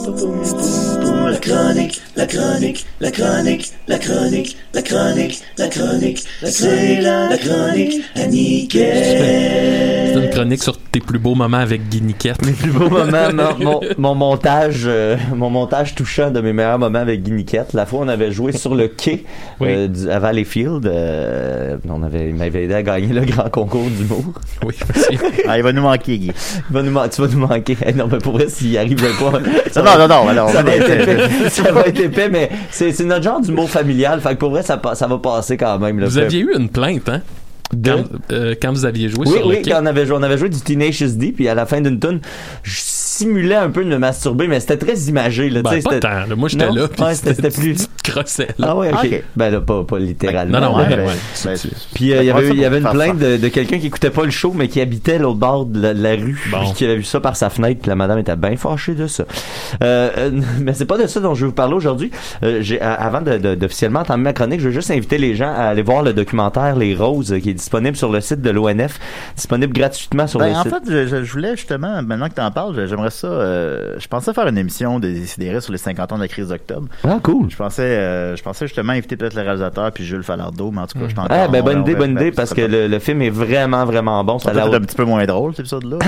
R: La chronique, la chronique, la chronique, la chronique, la chronique, la chronique, c'est la chronique à
C: C'est une chronique sur tes plus beaux moments avec Guy Niquette. Mes
D: plus beau
C: (laughs)
D: moment, mon, mon- mon montage, euh, mon montage touchant de mes meilleurs moments avec Guiniquette. La fois, on avait joué sur le quai euh, du- à Valleyfield. euh, on avait, il m'avait aidé à gagner le grand concours d'humour.
C: Oui,
D: (laughs)
B: ah, il va nous manquer, Guy.
D: Il va nous man- tu vas nous manquer. Eh non, mais pour vrai, s'il arrivait pas. ça
B: Non,
D: va-
B: non, non, alors,
D: ça va
B: mais-
D: être épais, ça va être épais, mais c'est c'est notre genre d'humour familial. Fait que pour vrai, ça, pa- ça va passer quand même. là.
C: Vous
D: Fait-
C: aviez eu une plainte, hein? Quand, euh, quand vous aviez joué
D: oui,
C: sur
D: oui,
C: le quai.
D: quand on avait joué, on avait joué du Tenacious D, puis à la fin d'une tune, je simulais un peu de me masturber, mais c'était très imagé. Là,
C: Ben,
D: tu sais,
C: pas
D: c'était-
C: tant, là. Moi, j'étais
D: Non?
C: là, puis
D: Ouais, c'était
C: c'était-
D: c'était plus...
C: Crosset, là.
D: Ah ouais, ok.
C: Ok.
D: Ben là, pas, pas littéralement.
C: Non, non, ouais,
D: ben,
C: ouais.
B: Ben,
D: Puis euh, il y
B: Comment ça
D: avait, il y
B: pour
D: avait une
B: faire
D: plainte
B: ça?
D: de, de quelqu'un qui écoutait pas le show, mais qui habitait l'autre bord de la, de la rue, puis qui avait vu ça par sa fenêtre, puis la madame était bien fâchée de ça. Euh, euh, (laughs) mais c'est pas de ça dont je vais vous parler aujourd'hui. Euh, j'ai- a- avant de- de- d'officiellement entamer ma chronique, je veux juste inviter les gens à aller voir le documentaire Les Roses, euh, qui est disponible sur le site de l'ONF, disponible gratuitement sur
B: Ben,
D: le
B: en
D: site.
B: fait, je, je- je voulais justement, maintenant que tu en parles, je- j'aimerais ça. euh, je pensais faire une émission des décidérés sur les 50 ans de la crise d'octobre.
D: Ah, cool.
B: Je pensais, euh, je pensais justement inviter peut-être le réalisateur puis Jules Falardeau, mais en tout cas, je t'en
D: Ah, ben bonne idée, bonne idée, parce que le, le film est vraiment, vraiment bon. C'est à la
B: peut-être
D: hauteur-
B: un petit peu moins drôle, cet épisode-là.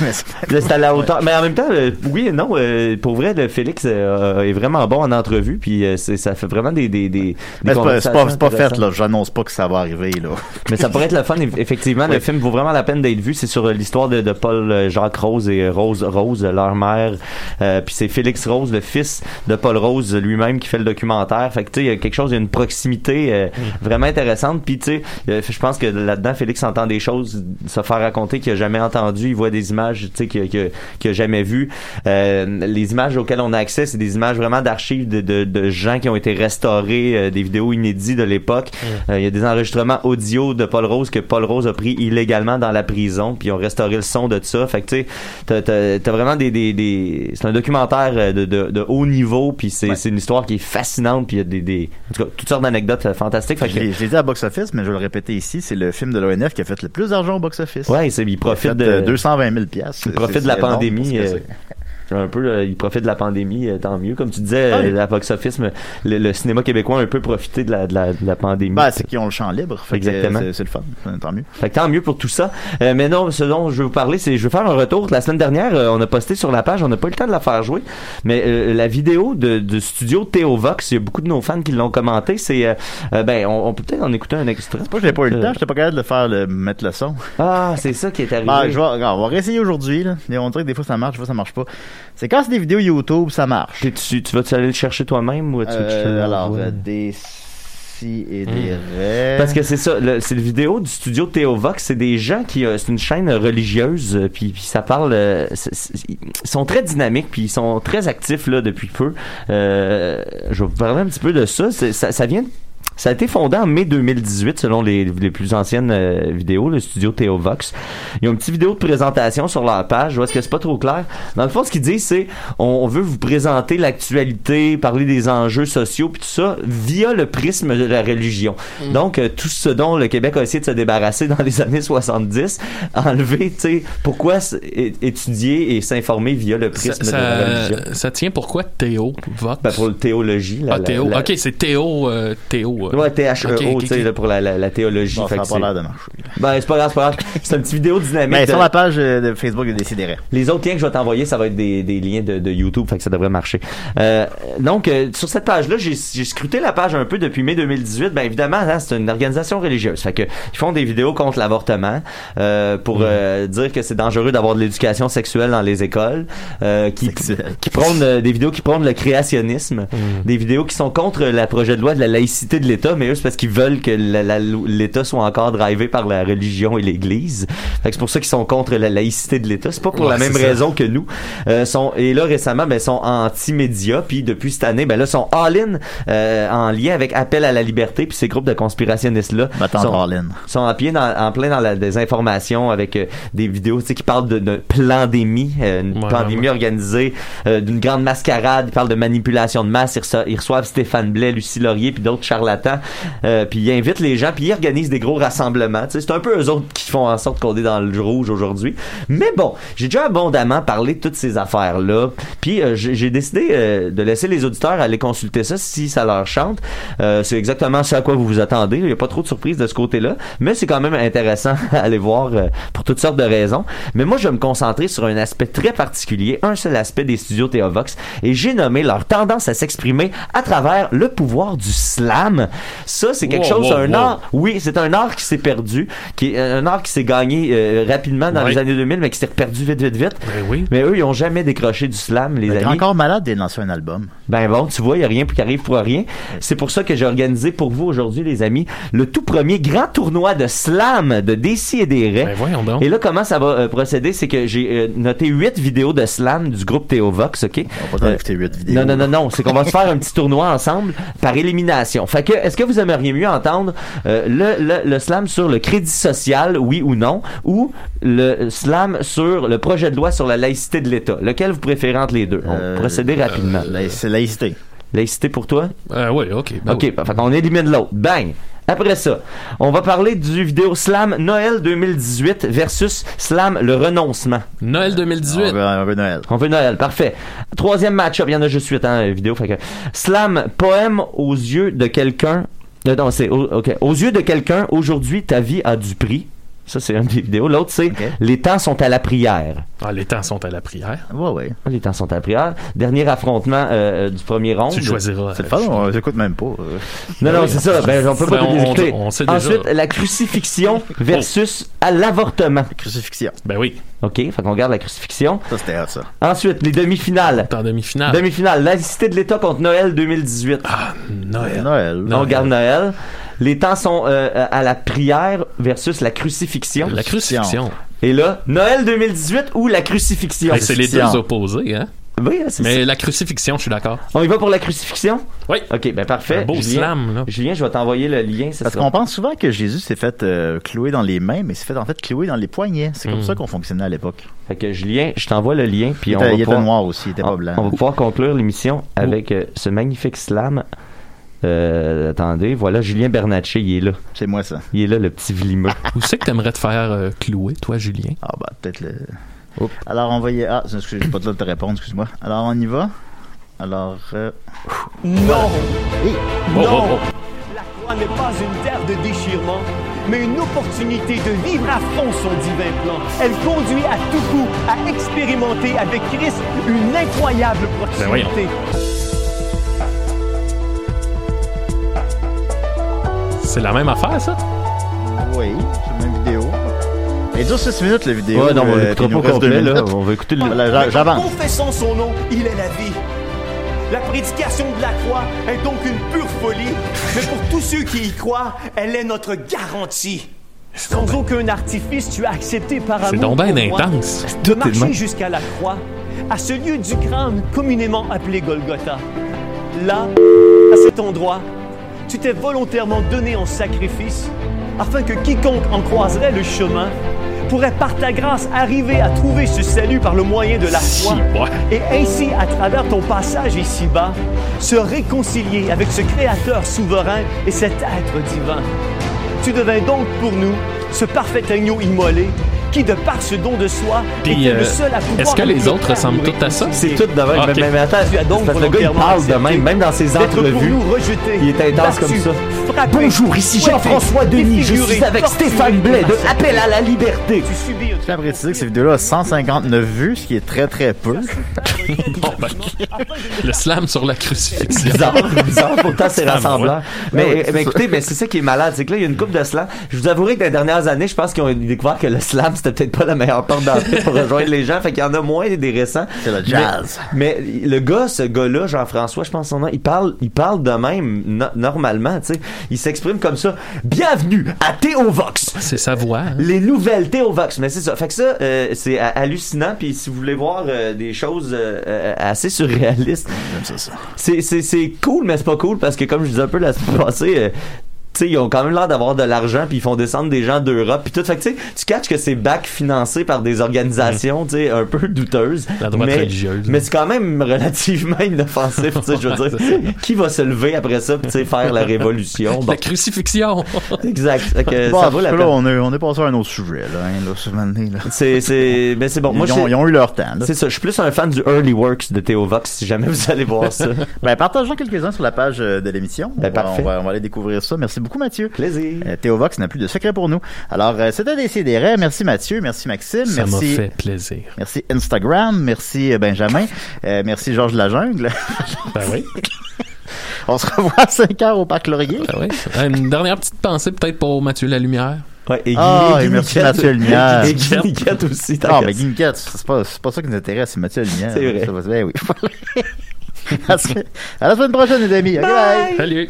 D: Là, c'est à
B: (laughs)
D: la hauteur. Mais en même temps, euh, oui et non, euh, pour vrai, le Félix euh, euh, est vraiment bon en entrevue, puis euh, c'est- ça fait vraiment des. des, des, des
B: Mais c'est pas- c'est pas,
D: conversations
B: c'est pas fait,
D: intéressantes.
B: là. J'annonce pas que ça va arriver, là.
D: (laughs) Mais ça pourrait être le fun, eff- effectivement. Le
B: Oui.
D: film vaut vraiment la peine d'être vu. C'est sur euh, l'histoire de, de Paul euh, Jacques Rose et euh, Rose Rose, euh, leur mère. Euh, puis c'est Félix Rose, le fils de Paul Rose euh, lui-même, qui fait le documentaire. Fait que tu sais, il y a quelque chose, il y a une proximité euh,
B: Mm.
D: vraiment intéressante. Puis tu sais, euh, je pense que là-dedans, Félix entend des choses se faire raconter qu'il a jamais entendu. Il voit des images, tu sais, qu'il a- qu'il a- qu'il a jamais vues. Euh, les images auxquelles on a accès, c'est des images vraiment d'archives de, de, de gens qui ont été restaurés, euh, des vidéos inédites de l'époque. Euh, Il y a des enregistrements audio de Paul Rose que Paul Rose a pris illégalement dans la prison, puis ils ont restauré le son de ça. Fait que tu sais, t'as- t'as t'as vraiment des, des, des- c'est un documentaire euh, de, de, de haut niveau, puis c'est c'est une histoire qui est fascinante, puis il y a des, des en tout cas, toutes sortes d'anecdotes euh, fantastiques. Fait
B: Je
D: que,
B: l'ai je l'ai dit à Box Office, mais je vais le répéter ici, c'est le film de l'ONF qui a fait le plus d'argent au Box Office.
D: ouais, c'est- il profite
B: fait,
D: de
B: euh, 220 000 piastres.
D: Il
B: C'est-
D: profite
B: c'est
D: de la
B: énorme
D: pandémie.
B: pour ce que
D: euh,
B: c'est.
D: c'est un peu, euh, il profite de la pandémie, euh, tant mieux. Comme tu disais, euh,
B: Ah Oui.
D: la box-office, mais le, le cinéma québécois a un peu profité de la, de la, de la pandémie.
B: Ben, c'est qu'ils ont le champ libre. Fait que, euh,
D: Exactement.
B: c'est- C'est le fun. Euh, Tant mieux.
D: Fait que tant mieux pour tout ça. Euh, mais non, ce dont je veux vous parler, c'est je veux faire un retour. La semaine dernière, euh, on a posté sur la page, on n'a pas eu le temps de la faire jouer, mais euh, la vidéo de, du studio Théo Vox, il y a beaucoup de nos fans qui l'ont commenté. C'est euh, euh, ben, on, on peut peut-être en écouter un extrait. Euh,
B: Moi, je n'ai pas eu le temps, j'étais pas capable de le faire, le- mettre le son.
D: Ah, c'est ça qui est arrivé.
B: Ben, je vais- regarde, on va réessayer aujourd'hui. là. Et On dirait que des fois ça marche, des fois ça marche pas. C'est quand c'est des vidéos YouTube, ça marche.
D: Tu, tu vas-tu aller le chercher toi-même ou tu veux que je te
B: Euh, alors,
D: l'envoie?
B: euh, des si et
D: Mm.
B: des rêves.
D: Parce que c'est ça, le- c'est le vidéo du studio Théovox, c'est des gens qui, euh, c'est une chaîne religieuse, euh, puis, puis ça parle, euh, c'est- c'est- ils sont très dynamiques, puis ils sont très actifs là depuis peu. Euh, je vais vous parler un petit peu de ça. C'est- Ça, ça vient. Ça a été fondé en mai 2018 selon les, les plus anciennes euh, vidéos, le studio Théovox. Ils ont une petite vidéo de présentation sur leur page. Je vois ce que c'est pas trop clair. Dans le fond, ce qu'ils disent, c'est on, on veut vous présenter l'actualité, parler des enjeux sociaux, puis tout ça, via le prisme de la religion. Donc, euh, tout ce dont le Québec a essayé de se débarrasser dans les (laughs) années 70, enlever, tu sais, pourquoi s- é- étudier et s'informer via le
C: Ça,
D: prisme de la religion?
C: ça, ça tient pourquoi Théo Vox
D: Ben, pour le théologie. la-
C: Ah,
D: la-
C: Théo.
D: la-
C: Ok, c'est Théo. euh, Théo. euh.
D: Ouais, THEO,
C: Ok, ok,
D: tu sais,
C: ok.
D: là, pour la, la- la théologie.
B: Bon, ça
D: fait
B: a
D: que
B: pas
D: c'est-
B: l'air de marcher.
D: Ben, c'est pas grave, c'est pas grave. C'est une petite vidéo dynamique.
B: Mais sur
D: de-
B: la page euh, de Facebook de Décideret.
D: les autres liens que je vais t'envoyer, ça va être des, des liens de, de YouTube, fait que ça devrait marcher. Euh, donc, euh, sur cette page-là, j'ai j'ai scruté la page un peu depuis mai 2018. Ben évidemment, hein, c'est une organisation religieuse. Fait que ils font des vidéos contre l'avortement euh, pour
B: Mm.
D: euh, dire que c'est dangereux d'avoir de l'éducation sexuelle dans les écoles, euh, qui,
S: Mm.
D: qui prônent euh, des vidéos qui prônent le créationnisme, des vidéos qui sont contre le projet de loi de la laïcité de l'État, mais eux, c'est parce qu'ils veulent que la- la- l'État soit encore drivé par la religion et l'Église. Fait que c'est pour ça qu'ils sont contre la laïcité de l'État. C'est pas pour
S: Ouais,
D: la même
S: c'est ça.
D: raison que nous. Euh, sont, et là, récemment, ben, sont anti-média, puis depuis cette année, ben là, sont all-in euh, en lien avec Appel à la liberté, puis ces groupes de conspirationnistes-là
B: Va-t'en,
D: sont,
B: all-in.
D: sont en, plein dans, en plein dans la désinformation avec euh, des vidéos tu sais, qui parlent de, de pandémie, euh, une pandémie organisée, euh, d'une grande mascarade. Ils parlent de manipulation de masse. Ils, reço- ils reçoivent Stéphane Blais, Lucie Laurier, puis d'autres charlatans. Euh, puis ils invitent les gens, puis ils organisent des gros rassemblements. Tu sais, c'est un peu eux autres qui font en sorte qu'on est dans le rouge aujourd'hui. Mais bon, j'ai déjà abondamment parlé de toutes ces affaires-là. Puis euh, j'ai j'ai décidé euh, de laisser les auditeurs aller consulter ça si ça leur chante. Euh, c'est exactement ce à quoi vous vous attendez. Il n'y a pas trop de surprises de ce côté-là, mais c'est quand même intéressant (laughs) à aller voir euh, pour toutes sortes de raisons. Mais moi, je vais me concentrer sur un aspect très particulier, un seul aspect des studios Théovox, et j'ai nommé leur tendance à s'exprimer à travers le pouvoir du slam. Ça, c'est quelque
S: Wow,
D: chose,
S: wow,
D: un
S: wow.
D: art oui, c'est un art qui s'est perdu, qui est un art qui s'est gagné euh, rapidement dans
B: Ouais.
D: les années 2000, mais qui s'est perdu vite, vite, vite.
S: Ben
D: Mais eux, ils ont jamais décroché du slam, les amis.
B: encore malade de lancer un album.
D: Ben bon, tu vois, il n'y a rien qui arrive pour rien. C'est pour ça que j'ai organisé pour vous aujourd'hui, les amis, le tout premier grand tournoi de slam de DC et des Raies. Et là, comment ça va euh, procéder? C'est que j'ai euh, noté huit vidéos de slam du groupe Théovox, OK? Euh,
B: On va pas t'en écouter huit vidéos.
D: Non, non, non, non. C'est qu'on va se faire un petit tournoi ensemble par élimination. Fait que, est-ce que vous aimeriez mieux entendre euh, le, le, le slam sur le crédit social, oui ou non, ou le slam sur le projet de loi sur la laïcité de l'État? Lequel vous préférez entre les deux? On va procéder rapidement.
B: C'est laïcité.
D: euh, Laïcité pour toi?
C: oui, ok. ben
D: OK,
C: oui.
D: fait qu'on élimine l'autre. Bang! Après ça, on va parler du vidéo Slam Noël 2018 versus Slam le renoncement.
C: Noël 2018.
D: On veut, Noël. On veut Noël, parfait. Troisième match-up, il y en a juste huit, hein, vidéo. Fait que... Slam, poème aux yeux de quelqu'un. Non, non, c'est. au- OK. Aux yeux de quelqu'un, aujourd'hui, ta vie a du prix. Ça, c'est un des vidéos. L'autre, c'est Les temps sont à la prière.
C: Ah, les temps sont à la prière.
D: Ouais, ouais. Les temps sont à la prière. Dernier affrontement euh, euh, du premier round.
C: Tu choisiras.
D: C'est pas on les écoute même pas. euh.
C: Ben
D: Non, non,
C: oui.
D: c'est ça. Ben, on peut pas
C: Ben,
D: tout
C: on-
D: les écouter.
C: on sait déjà.
D: Ensuite, la
C: (laughs)
D: crucifixion versus à l'avortement. Crucifixion.
C: Oh. Ben oui.
D: OK, fait qu'on garde la crucifixion.
B: Ça, c'était hot, ça.
D: Ensuite, les demi-finales.
C: En demi-finale.
D: Demi-finale, la cité de l'État contre Noël 2018.
C: Ah, Noël.
D: Noël. On garde Noël. Les temps sont euh, à la prière versus la crucifixion.
C: La crucifixion.
D: Et là, Noël 2018 ou la crucifixion.
C: Hey, Ben, c'est les deux opposés, hein?
D: Oui, c'est
C: Mais la crucifixion, je suis d'accord.
D: On y va pour la crucifixion?
C: Oui.
D: OK, ben parfait.
C: Un beau
D: Julien,
C: slam, là.
D: Julien, je vais t'envoyer le lien. ça
B: Parce
D: sera-
B: qu'on pense souvent que Jésus s'est fait euh, clouer dans les mains, mais s'est fait en fait clouer dans les poignets. C'est comme
D: Mm.
B: ça qu'on fonctionnait à l'époque.
D: Fait que Julien, je t'envoie le lien, puis
B: Il
D: on
B: était-
D: va
B: il était
D: pouvoir-
B: noir aussi, il était pas
D: on-
B: blanc.
D: On va pouvoir conclure l'émission avec euh, ce magnifique slam. Euh, attendez, voilà, Julien Bernatchez, il est là.
B: C'est moi, ça.
D: Il est là, le petit vlimeux.
C: (laughs) Où c'est que t'aimerais te faire euh, clouer, toi, Julien?
B: Ah,
D: ben,
B: bah, peut-être le. Alors, on va y. Ah, excusez, j'ai pas le temps de te répondre, excuse-moi. Alors, on y va. Alors. euh,
T: Non
D: Oh,
B: Non.
T: La foi n'est pas une terre de déchirement, mais une opportunité de vivre à fond son divin plan. Elle conduit à tout coup à expérimenter avec Christ une incroyable
C: Ben
T: proximité.
C: voyons. C'est la même affaire, ça?
B: Oui, c'est la même vidéo. Et dure 6 minutes, la vidéo.
D: Ouais, non, on
B: euh,
D: l'écoutera
B: puis il nous
D: pas au
B: reste deux
D: complet, là.
B: minutes.
D: On va écouter le-
C: Ah,
B: Voilà, j'a-
T: En
B: J'avance.
T: confessant son nom, il est la vie. La prédication de la croix est donc une pure folie, mais pour tous ceux qui y croient, elle est notre garantie. Sans aucun artifice, tu as accepté par
C: C'est
T: amour
C: donc bien
T: pour moi
C: intense.
T: de
C: Tout est de même.
T: marcher jusqu'à la croix, à ce lieu du crâne communément appelé Golgotha. Là, à cet endroit, tu t'es volontairement donné en sacrifice afin que quiconque en croiserait le chemin pourrait par ta grâce arriver à trouver ce salut par le moyen de la foi et ainsi, à travers ton passage ici-bas, se réconcilier avec ce Créateur souverain et cet être divin. Tu devins donc pour nous ce parfait agneau immolé qui, de par ce don de soi,
C: Puis,
T: était
C: euh,
T: le seul à pouvoir...
C: est-ce que les autres ressemblent toutes à ça?
D: C'est tout de même.
C: Ok.
D: Mais, mais attends,
T: Tu as donc
D: c'est parce que le gars, il
T: volontairement
D: parle de même,
T: accepté
D: même dans ses
T: d'être pour
D: entrevues.
T: nous rejeté,
D: il est intense comme
T: battu,
D: ça.
T: frappé,
D: Bonjour, ici
T: fouetté,
D: Jean-François Denis. Je
T: défiguré,
D: suis avec
T: torturé,
D: Stéphane Blais de
T: massacré.
D: Appel à la liberté.
T: Tu subis
B: Je tiens à préciser que cette vidéo-là a 159 vues, ce qui est très très peu.
D: (laughs)
C: Bon, ben, le slam sur la crucifixion.
D: bizarre, (laughs) bizarre, pourtant c'est
C: Ça
D: rassemblant.
C: va.
D: Mais, eh ben,
C: Ouais, ouais,
D: mais
C: c'est
D: écoutez, mais c'est ça qui est malade, c'est que là, il y a une coupe de slam. Je vous avouerai que dans les dernières années, je pense qu'ils ont découvert que le slam, c'était peut-être pas la meilleure porte d'entrée pour rejoindre les gens. Fait qu'il y en a moins des récents. C'est le
B: jazz.
D: Mais, mais le gars, ce gars-là, Jean-François, je pense son nom, il parle, il parle de même no- normalement, tu sais. Il s'exprime comme ça. Bienvenue à Théovox.
C: C'est sa voix. hein.
D: Les nouvelles Théovox. Mais c'est ça. Fait que ça, euh, c'est euh, hallucinant. Puis si vous voulez voir euh, des choses euh, euh, assez surréalistes, c'est, c'est, c'est cool, mais c'est pas cool parce que, comme je disais un peu la semaine passée, euh, tu sais, ils ont quand même l'air d'avoir de l'argent puis ils font descendre des gens d'Europe puis tout. Fait que tu sais, tu catches que c'est bac financé par des organisations, tu sais, un peu douteuses.
C: Mmh. La droite
D: mais,
C: religieuse.
D: Mais c'est quand même relativement (laughs) inoffensif, tu sais, je veux dire. Qui va se lever après ça puis tu sais, faire la révolution?
C: (laughs)
D: Bon.
C: La crucifixion.
D: (laughs) Exact. Fait que
B: Bon,
D: ça vaut
B: parce
D: la
B: que
D: peine.
B: là, on est, on est passé à un autre sujet, là, hein, là, ce moment donné, là.
D: C'est, c'est, mais c'est bon.
B: Ils
D: Moi, je
B: ont-
D: sais-
B: ils ont eu leur temps, là.
D: C'est ça. Je suis plus un fan du early works de Théo Vox, si jamais vous allez voir
B: (laughs)
D: ça.
B: ben, partageons quelques-uns sur la page euh, de l'émission.
D: Ben,
B: on, va,
D: parfait.
B: on va- on va aller découvrir ça. Merci beaucoup, Mathieu.
D: Plaisir.
B: Théovox n'a plus de secret pour nous. Alors, euh, c'était Décideret. Merci, Mathieu. Merci, Maxime.
C: Ça m'a
B: merci.
C: fait plaisir.
B: Merci Instagram, merci euh, Benjamin, Euh, merci Georges de la Jungle.
C: (laughs) Ben oui.
B: (laughs) On se revoit à 5 heures au Parc Laurier.
C: Ben oui. Euh, Une dernière petite pensée peut-être pour Mathieu Lalumière.
D: Ouais, et
B: Ah, et merci Mathieu Lumière.
D: Guinquette aussi.
B: Non, mais Guinquette, c'est pas, c'est pas ça qui nous intéresse, c'est Mathieu Lumière.
D: C'est vrai. (laughs)
B: Ça va se- ben oui. à la semaine prochaine, les amis. Ok, bye.
C: Salut.